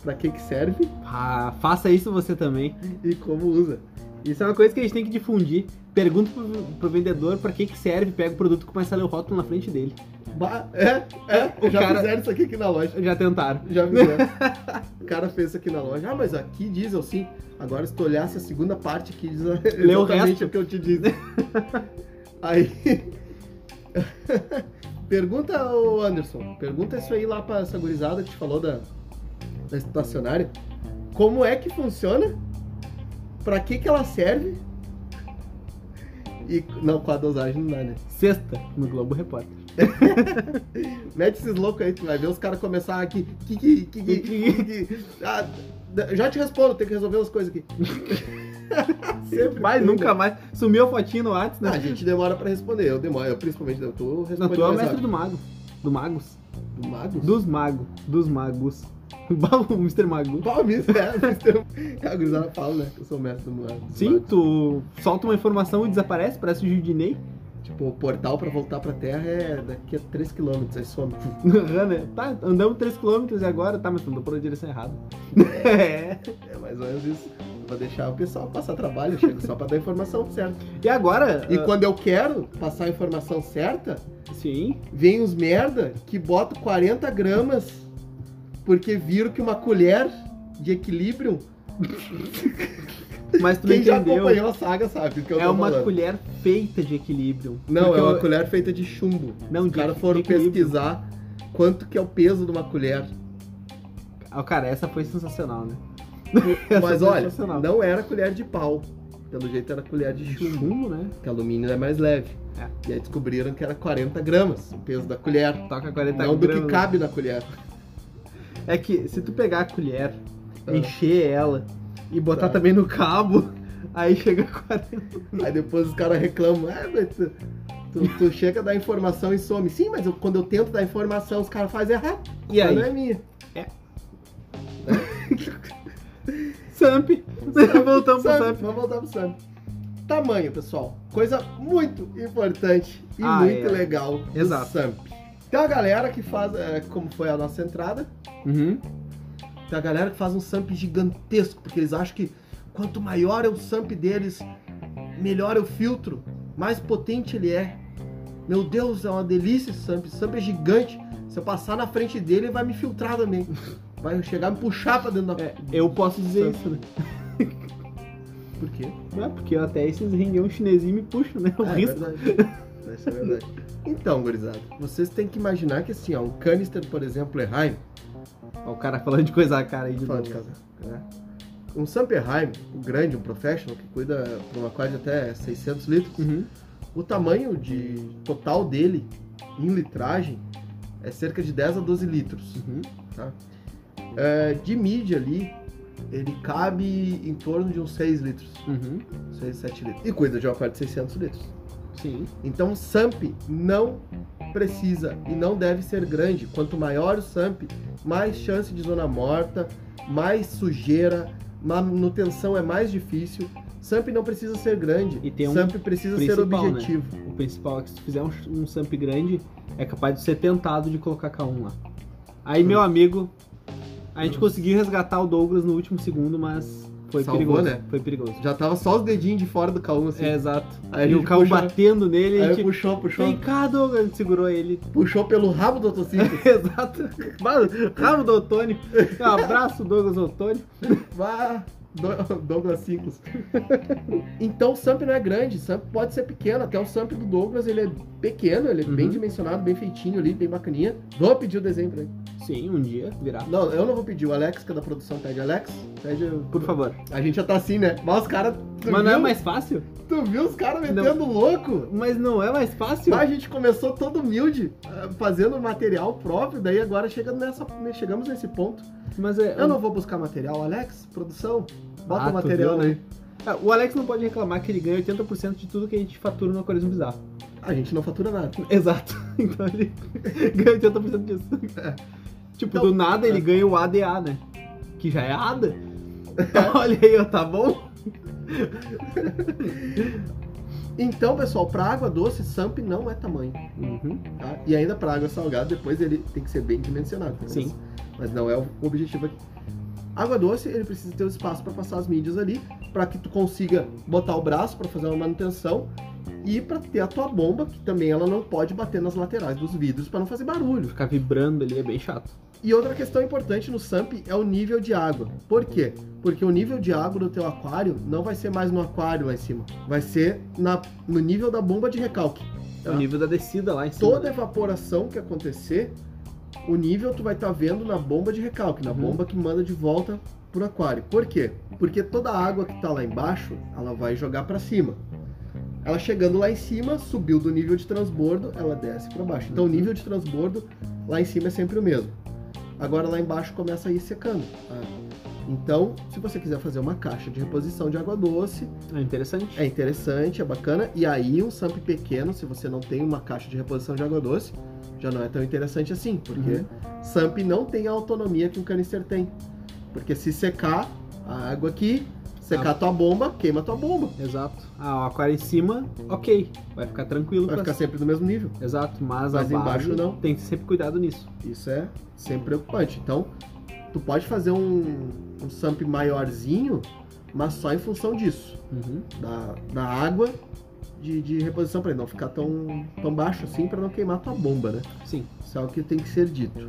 Speaker 2: pra que que serve
Speaker 1: Ah, faça isso você também.
Speaker 2: e como usa.
Speaker 1: Isso é uma coisa que a gente tem que difundir. Pergunta pro, pro vendedor pra que que serve, pega o produto e começa a ler o rótulo na frente dele.
Speaker 2: Bah, é, é,
Speaker 1: O
Speaker 2: já
Speaker 1: cara-
Speaker 2: fizeram isso aqui, aqui na loja.
Speaker 1: Já tentaram.
Speaker 2: [LAUGHS] Já fizeram. o cara fez isso aqui na loja. Ah, mas aqui diz assim. Agora, se tu olhasse a segunda parte aqui, diz
Speaker 1: Lê o
Speaker 2: exatamente o que eu te disse. aí. [LAUGHS] pergunta ao Anderson. Pergunta isso aí lá pra essa gurizada que te falou da, da estacionária. Como é que funciona? Pra que que ela serve? E, não, com a dosagem não dá, né?
Speaker 1: Sexta, no Globo Repórter.
Speaker 2: [LAUGHS] Mete esses loucos aí, tu vai ver os caras começar aqui. Que, que, que, que, que, que- ah, d- já te respondo, tem que resolver
Speaker 1: [LAUGHS]
Speaker 2: as coisas aqui. Sempre.
Speaker 1: Mas
Speaker 2: tem,
Speaker 1: nunca
Speaker 2: né?
Speaker 1: mais. Sumiu a fotinho no WhatsApp, né?
Speaker 2: Ah, a gente demora pra responder, eu demoro, eu principalmente eu tô
Speaker 1: Não,
Speaker 2: respondendo.
Speaker 1: tu é o
Speaker 2: mais
Speaker 1: mestre
Speaker 2: rápido.
Speaker 1: do mago. Do magos.
Speaker 2: do mago?
Speaker 1: Dos magos. Dos magos. [LAUGHS] o Mr. Mago.
Speaker 2: Pau, mesmo, [LAUGHS] é, mesmo. É, a gurizada fala, né? que Eu sou o mestre do mago. do
Speaker 1: Sim,
Speaker 2: mago.
Speaker 1: tu solta uma informação e desaparece, parece o Judinei. [LAUGHS]
Speaker 2: Tipo, o portal pra voltar pra terra é daqui a 3km, aí some. [LAUGHS]
Speaker 1: Aham, né? Tá, andamos 3km e agora, tá, mas tu andou por uma direção errada. [LAUGHS] é.
Speaker 2: É mais ou menos isso. pra deixar o pessoal passar trabalho, eu chego só pra dar a informação certa.
Speaker 1: E agora.
Speaker 2: E
Speaker 1: [LAUGHS] ah,
Speaker 2: quando eu quero passar a informação certa, [LAUGHS]
Speaker 1: Sim.
Speaker 2: vem uns merda que botam 40 gramas porque viram que uma colher de equilíbrio,
Speaker 1: Mas tu não
Speaker 2: quem já
Speaker 1: entendeu.
Speaker 2: acompanhou a saga sabe o que eu
Speaker 1: É
Speaker 2: tô
Speaker 1: uma
Speaker 2: falando.
Speaker 1: colher feita de equilíbrio.
Speaker 2: Não,
Speaker 1: Porque
Speaker 2: é uma
Speaker 1: eu-
Speaker 2: colher feita de chumbo.
Speaker 1: Não,
Speaker 2: Os
Speaker 1: de-
Speaker 2: caras
Speaker 1: de
Speaker 2: foram
Speaker 1: equilíbrio.
Speaker 2: pesquisar quanto que é o peso de uma colher.
Speaker 1: [LAUGHS] Ah, Cara, essa foi sensacional, né?
Speaker 2: Mas
Speaker 1: foi
Speaker 2: olha,
Speaker 1: sensacional.
Speaker 2: não era colher de pau. Pelo jeito era colher de chumbo,
Speaker 1: Chumbo, É. né?
Speaker 2: que alumínio é mais leve. E aí descobriram que era 40 gramas o peso da colher.
Speaker 1: Toca 40
Speaker 2: não do
Speaker 1: gramas.
Speaker 2: que cabe na colher.
Speaker 1: É que se tu pegar a colher,
Speaker 2: Ah.
Speaker 1: encher ela e botar
Speaker 2: Tá.
Speaker 1: também no cabo, [LAUGHS] aí chega a 40.
Speaker 2: Aí depois os caras reclamam, ah, mas tu, tu- tu chega a dar informação e some. Sim, mas eu- quando eu tento dar informação, os caras fazem errado.
Speaker 1: E
Speaker 2: Mas Não
Speaker 1: aí?
Speaker 2: é minha.
Speaker 1: Samp! [LAUGHS] Voltamos pro
Speaker 2: Sabe,
Speaker 1: Samp.
Speaker 2: vamos voltar pro Sam. Tamanho, pessoal. Coisa muito importante e
Speaker 1: Ah,
Speaker 2: muito
Speaker 1: é.
Speaker 2: legal do
Speaker 1: Exato.
Speaker 2: Sam. Tem a galera que faz, é, como foi a nossa entrada,
Speaker 1: Uhum.
Speaker 2: Tem a galera que faz um samp gigantesco, porque eles acham que quanto maior é o samp deles, melhor é o filtro, mais potente ele é. Meu Deus, é uma delícia esse samp. Esse samp é gigante. Se eu passar na frente dele, ele vai me filtrar também. [LAUGHS] Vai chegar e me puxar pra dentro da.
Speaker 1: É, eu posso dizer
Speaker 2: Samp.
Speaker 1: isso, né?
Speaker 2: né? [LAUGHS] Por quê?
Speaker 1: Não é porque eu até esses rengueiros chinesinhos me puxam, né? O
Speaker 2: Ah, é
Speaker 1: risco.
Speaker 2: verdade. Isso é verdade. Então, gurizada, vocês têm que imaginar que assim, ó, um canister, por exemplo, Erheim,
Speaker 1: Ó, o cara é. falando de coisa a cara aí de
Speaker 2: Fala
Speaker 1: novo. É.
Speaker 2: de casar. né? Um Samperheim, o grande, um professional, que cuida de uma quadra de até 600 litros,
Speaker 1: Uhum.
Speaker 2: O tamanho de total dele em litragem é cerca de 10 a 12 litros.
Speaker 1: Uhum.
Speaker 2: É, de mídia ali, ele cabe em torno de uns 6 litros,
Speaker 1: Uhum.
Speaker 2: 6, 7 litros. E cuida de uma aquário de 600 litros.
Speaker 1: Sim.
Speaker 2: Então o SAMP não precisa e não deve ser grande. Quanto maior o SAMP, mais chance de zona morta, mais sujeira, manutenção é mais difícil. SAMP não precisa ser grande.
Speaker 1: E tem um
Speaker 2: SAMP precisa ser
Speaker 1: principal, né?
Speaker 2: objetivo.
Speaker 1: O principal é que se tu fizer um, um samp grande, é capaz de ser tentado de colocar K1 lá. Aí,
Speaker 2: Uhum.
Speaker 1: meu amigo, a gente conseguiu resgatar o Douglas no último segundo, mas foi
Speaker 2: Salvou,
Speaker 1: perigoso.
Speaker 2: né?
Speaker 1: Foi perigoso.
Speaker 2: Já tava só os dedinhos de fora do K1, assim.
Speaker 1: É, exato.
Speaker 2: Aí a
Speaker 1: e
Speaker 2: gente
Speaker 1: o carro
Speaker 2: puxa-
Speaker 1: batendo nele, a
Speaker 2: Aí
Speaker 1: gente...
Speaker 2: puxou, puxou,
Speaker 1: Vem cá, Douglas, a gente segurou ele. [LAUGHS]
Speaker 2: puxou pelo rabo do autociclo.
Speaker 1: exato. [LAUGHS] Mano, Raro do Otônio. Um [LAUGHS] abraço, Douglas Otônio.
Speaker 2: Vá, Do- Douglas Simples. [LAUGHS] então o Samp não é grande, o Samp pode ser pequeno, até o Samp do Douglas ele é pequeno, ele é
Speaker 1: Uhum.
Speaker 2: bem dimensionado, bem feitinho ali, bem bacaninha. Vou pedir o desenho pra ele.
Speaker 1: Sim, um dia virá.
Speaker 2: Não, eu não vou pedir, o Alex, que é da produção, pede Alex, pede.
Speaker 1: Por favor.
Speaker 2: A gente já tá assim, né? Mas os caras. Tu,
Speaker 1: Mas não é
Speaker 2: viu?
Speaker 1: mais fácil?
Speaker 2: tu viu os caras metendo louco?
Speaker 1: Mas não é mais fácil?
Speaker 2: Mas a gente começou todo humilde, ah, fazendo material próprio, daí agora chega nessa, né, chegamos nesse ponto.
Speaker 1: Mas é...
Speaker 2: Eu não vou buscar material, Alex, produção, bota
Speaker 1: Ah,
Speaker 2: o
Speaker 1: tu
Speaker 2: material
Speaker 1: viu,
Speaker 2: aí.
Speaker 1: né? Ah, O Alex não pode reclamar que ele ganha 80% de tudo que a gente fatura no Aquarismo Bizarro. [LAUGHS]
Speaker 2: A gente não fatura nada.
Speaker 1: Exato. [LAUGHS] Então ele ganha 80% disso. Tipo,
Speaker 2: Então-
Speaker 1: do nada ele ganha o ADA, né? Que já é ADA. [LAUGHS] Olha aí, ó, tá bom?
Speaker 2: Então, pessoal, para água doce, SAMP não é tamanho.
Speaker 1: Uhum.
Speaker 2: tá? E ainda para água salgada, depois ele tem que ser bem dimensionado. tá?
Speaker 1: Sim.
Speaker 2: Mas não é o objetivo aqui. Água doce, ele precisa ter o espaço para passar as mídias ali, para que tu consiga botar o braço para fazer uma manutenção e para ter a tua bomba, que também ela não pode bater nas laterais dos vidros para não fazer barulho.
Speaker 1: Ficar vibrando ali é bem chato.
Speaker 2: E outra questão importante no SAMP é o nível de água. Por quê? Porque o nível de água do teu aquário não vai ser mais no aquário lá em cima, vai ser na- no nível da bomba de recalque.
Speaker 1: É o
Speaker 2: Tá.
Speaker 1: nível da descida lá em cima.
Speaker 2: toda evaporação que acontecer, o nível tu vai estar vendo na bomba de recalque, na
Speaker 1: Uhum.
Speaker 2: bomba que manda de volta pro aquário. Por quê? Porque toda a água que tá lá embaixo, ela vai jogar para cima. Ela chegando lá em cima, subiu do nível de transbordo, ela desce para baixo. Então o nível de transbordo lá em cima é sempre o mesmo. Agora lá embaixo começa a ir secando. tá? Então, se você quiser fazer uma caixa de reposição de água doce,
Speaker 1: É interessante.
Speaker 2: é interessante, é bacana. E aí, um SAMP pequeno, se você não tem uma caixa de reposição de água doce, já não é tão interessante assim, porque SAMP não tem a autonomia que um canister tem. Porque se secar a água aqui, secar
Speaker 1: Ah.
Speaker 2: tua bomba, queima tua bomba.
Speaker 1: Exato. Ah, o aquário em cima, ok. Vai ficar tranquilo.
Speaker 2: Vai
Speaker 1: com
Speaker 2: ficar
Speaker 1: essa-
Speaker 2: sempre no mesmo nível.
Speaker 1: Exato, mas, a
Speaker 2: Mas
Speaker 1: base
Speaker 2: embaixo não.
Speaker 1: Tem que ter sempre cuidado nisso.
Speaker 2: Isso é sempre preocupante. Então, tu pode fazer um, um SAMP maiorzinho, mas só em função disso,
Speaker 1: Uhum.
Speaker 2: da, da água de, de reposição para ele não ficar tão, tão baixo assim, para não queimar tua bomba, né?
Speaker 1: Sim.
Speaker 2: Isso é algo que tem que ser dito.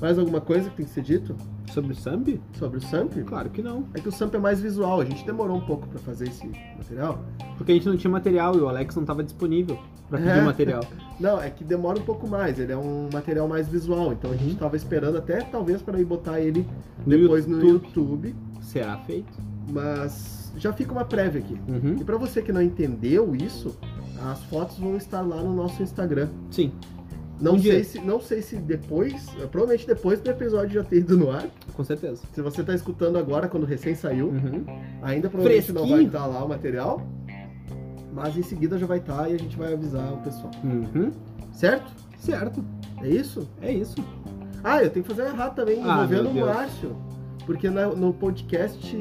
Speaker 2: Mais alguma coisa que tem que ser dito
Speaker 1: Sobre o SAMP?
Speaker 2: sobre o SAMP?
Speaker 1: Claro que não.
Speaker 2: É que o SAMP é mais visual, a gente demorou um pouco para fazer esse material.
Speaker 1: Porque a gente não tinha material e o Alex não estava disponível para pedir
Speaker 2: É.
Speaker 1: o
Speaker 2: [LAUGHS]
Speaker 1: material.
Speaker 2: Não, é que demora um pouco mais, ele é um material mais visual, então a gente
Speaker 1: Uhum.
Speaker 2: tava esperando até talvez para ir botar ele
Speaker 1: No
Speaker 2: depois no
Speaker 1: YouTube
Speaker 2: YouTube,
Speaker 1: será feito.
Speaker 2: mas já fica uma prévia aqui.
Speaker 1: Uhum.
Speaker 2: E para você que não entendeu isso, as fotos vão estar lá no nosso Instagram.
Speaker 1: Sim.
Speaker 2: Não
Speaker 1: Um
Speaker 2: sei
Speaker 1: dia.
Speaker 2: se não sei se depois, provavelmente depois do episódio já ter ido no ar.
Speaker 1: Com certeza.
Speaker 2: Se você tá escutando agora quando recém saiu,
Speaker 1: Uhum.
Speaker 2: ainda provavelmente não vai
Speaker 1: Fresquinho.
Speaker 2: estar lá o material, mas em seguida já vai estar e a gente vai avisar o pessoal.
Speaker 1: Uhum.
Speaker 2: Certo?
Speaker 1: Certo.
Speaker 2: É isso?
Speaker 1: É isso.
Speaker 2: Ah, eu tenho que fazer um errado também,
Speaker 1: Ah,
Speaker 2: envolvendo
Speaker 1: meu
Speaker 2: o
Speaker 1: Deus.
Speaker 2: Márcio. Porque na- no podcast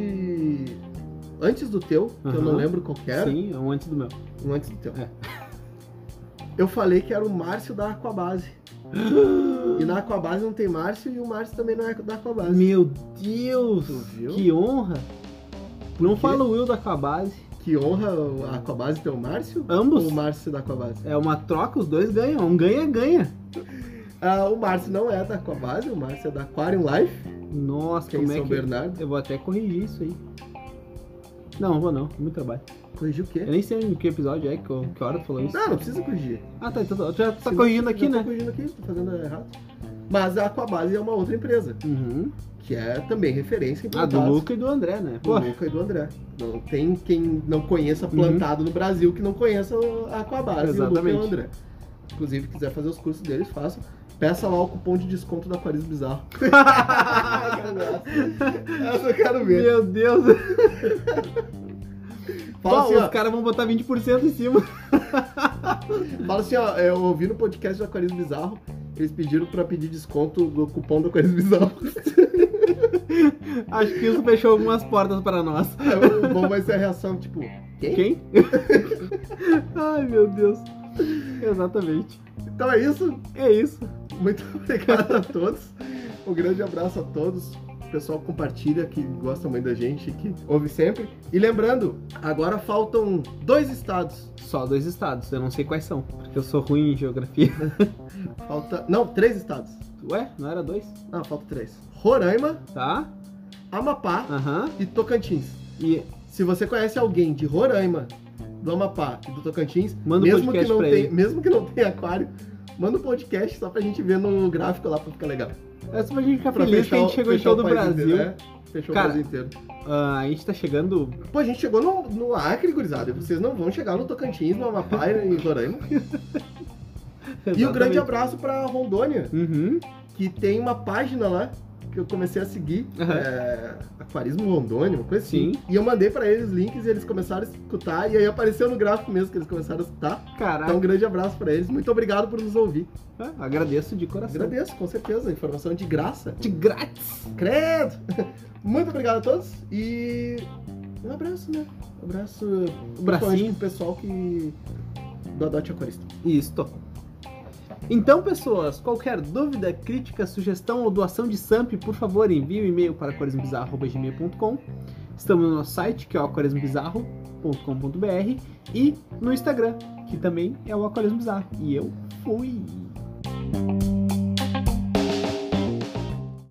Speaker 2: antes do teu, que eu
Speaker 1: Aham.
Speaker 2: não lembro qual que era,
Speaker 1: Sim, é um antes do meu.
Speaker 2: um antes do teu.
Speaker 1: É.
Speaker 2: [LAUGHS] Eu falei que era o Márcio da
Speaker 1: [GASPS]
Speaker 2: Aquabase. E na Aquabase não tem Márcio e o Márcio também não é da Aquabase.
Speaker 1: Meu Deus!
Speaker 2: Tu viu?
Speaker 1: Que honra!
Speaker 2: quê?
Speaker 1: Não fala o Will da Cabase.
Speaker 2: Que honra o- a Aquabase ter o Márcio?
Speaker 1: Ambos.
Speaker 2: Ou o Márcio da Aquabase?
Speaker 1: É uma troca, os dois ganham. Um ganha, ganha.
Speaker 2: Ah, o Márcio não é da Aquabase, o Márcio é da Aquarium Life,
Speaker 1: Nossa,
Speaker 2: que é em
Speaker 1: como é
Speaker 2: São
Speaker 1: que.
Speaker 2: Bernardo.
Speaker 1: Eu vou até corrigir isso aí. Não, não vou não, muito trabalho.
Speaker 2: Corrigiu o
Speaker 1: Eu
Speaker 2: quê?
Speaker 1: nem sei em que episódio é, que, eu- que hora tu falou isso.
Speaker 2: Não, não precisa corrigir.
Speaker 1: Ah, tá, então, tu já tá
Speaker 2: Sim,
Speaker 1: corrigindo
Speaker 2: já
Speaker 1: aqui,
Speaker 2: tô
Speaker 1: né?
Speaker 2: corrigindo aqui, tô fazendo errado. Mas a Aquabase é uma outra empresa,
Speaker 1: Uhum.
Speaker 2: que é também referência em
Speaker 1: Ah, do
Speaker 2: plantados.
Speaker 1: Luca e do André, né?
Speaker 2: Do
Speaker 1: Pô, Uhum.
Speaker 2: Luca e do André. Não tem quem não conheça plantado no Brasil que não conheça a Aquabase e o Luca e o
Speaker 1: Exatamente.
Speaker 2: André. Inclusive, quiser fazer os cursos deles, faça. Peça lá o cupom de desconto da Aquarismo
Speaker 1: [LAUGHS]
Speaker 2: Bizarro. [LAUGHS] Essa eu quero ver.
Speaker 1: meu Deus!
Speaker 2: Fala
Speaker 1: Pô,
Speaker 2: assim, ó,
Speaker 1: os caras vão botar 20% em cima. [LAUGHS]
Speaker 2: Fala assim, ó, eu ouvi no podcast do Aquarismo Bizarro, eles pediram pra pedir desconto do cupom do Aquarismo Bizarro. [LAUGHS]
Speaker 1: Acho que isso fechou algumas portas para nós.
Speaker 2: Aí o bom vai ser a reação, tipo, quem?
Speaker 1: Quem? [LAUGHS] Ai, meu Deus. Exatamente.
Speaker 2: Então é isso.
Speaker 1: É isso.
Speaker 2: Muito [LAUGHS] obrigado a todos. Um grande abraço a todos. O pessoal compartilha, que gosta muito da gente, que ouve sempre. E lembrando, agora faltam dois estados.
Speaker 1: Só dois estados, eu não sei quais são, porque eu sou ruim em geografia. [LAUGHS]
Speaker 2: Falta. Não, três estados.
Speaker 1: Ué, não era dois?
Speaker 2: Não, falta três. Roraima,
Speaker 1: Tá?
Speaker 2: Amapá
Speaker 1: Aham.
Speaker 2: e Tocantins.
Speaker 1: E
Speaker 2: Se você conhece alguém de Roraima, do Amapá e do Tocantins,
Speaker 1: Manda um
Speaker 2: mesmo, que
Speaker 1: podcast
Speaker 2: não
Speaker 1: pra
Speaker 2: tem,
Speaker 1: ele.
Speaker 2: mesmo que não tenha aquário, manda um podcast só pra gente ver no gráfico lá pra ficar legal.
Speaker 1: é só pra gente ficar
Speaker 2: Pra
Speaker 1: feliz que a gente
Speaker 2: o-
Speaker 1: chegou em
Speaker 2: fechar o
Speaker 1: todo o
Speaker 2: país
Speaker 1: Brasil.
Speaker 2: Inteiro, né? Fechou
Speaker 1: Cara,
Speaker 2: o Brasil inteiro.
Speaker 1: Ah, a gente tá chegando.
Speaker 2: Pô, a gente chegou no, no Acre, gurizada. e Vocês não vão chegar no Tocantins, no Amapá e
Speaker 1: [LAUGHS]
Speaker 2: em Roraima. [LAUGHS] E um grande abraço pra Rondônia,
Speaker 1: Uhum.
Speaker 2: que tem uma página lá que eu comecei a seguir.
Speaker 1: Aham.
Speaker 2: é, Aquarismo Rondônia, uma coisa assim.
Speaker 1: Sim.
Speaker 2: E eu mandei pra eles links e eles começaram a escutar. E aí apareceu no gráfico mesmo que eles começaram a escutar. Então, um
Speaker 1: Caraca.
Speaker 2: grande abraço pra eles. Muito obrigado por nos ouvir.
Speaker 1: Ah, agradeço de coração.
Speaker 2: Agradeço, com certeza. Informação de graça.
Speaker 1: De grátis.
Speaker 2: Credo! [LAUGHS] Muito obrigado a todos e um abraço, né? Um abraço principalmente
Speaker 1: Bracinho.
Speaker 2: pro pessoal que do Adote Aquarista.
Speaker 1: Isto. Então, pessoas, qualquer dúvida, crítica, sugestão ou doação de SAMP, por favor, envie um e-mail para aquarismobizarro.gmail.com Estamos no nosso site, que é o aquarismobizarro.com.br e no Instagram, que também é o Aquarismo Bizarro. E eu fui!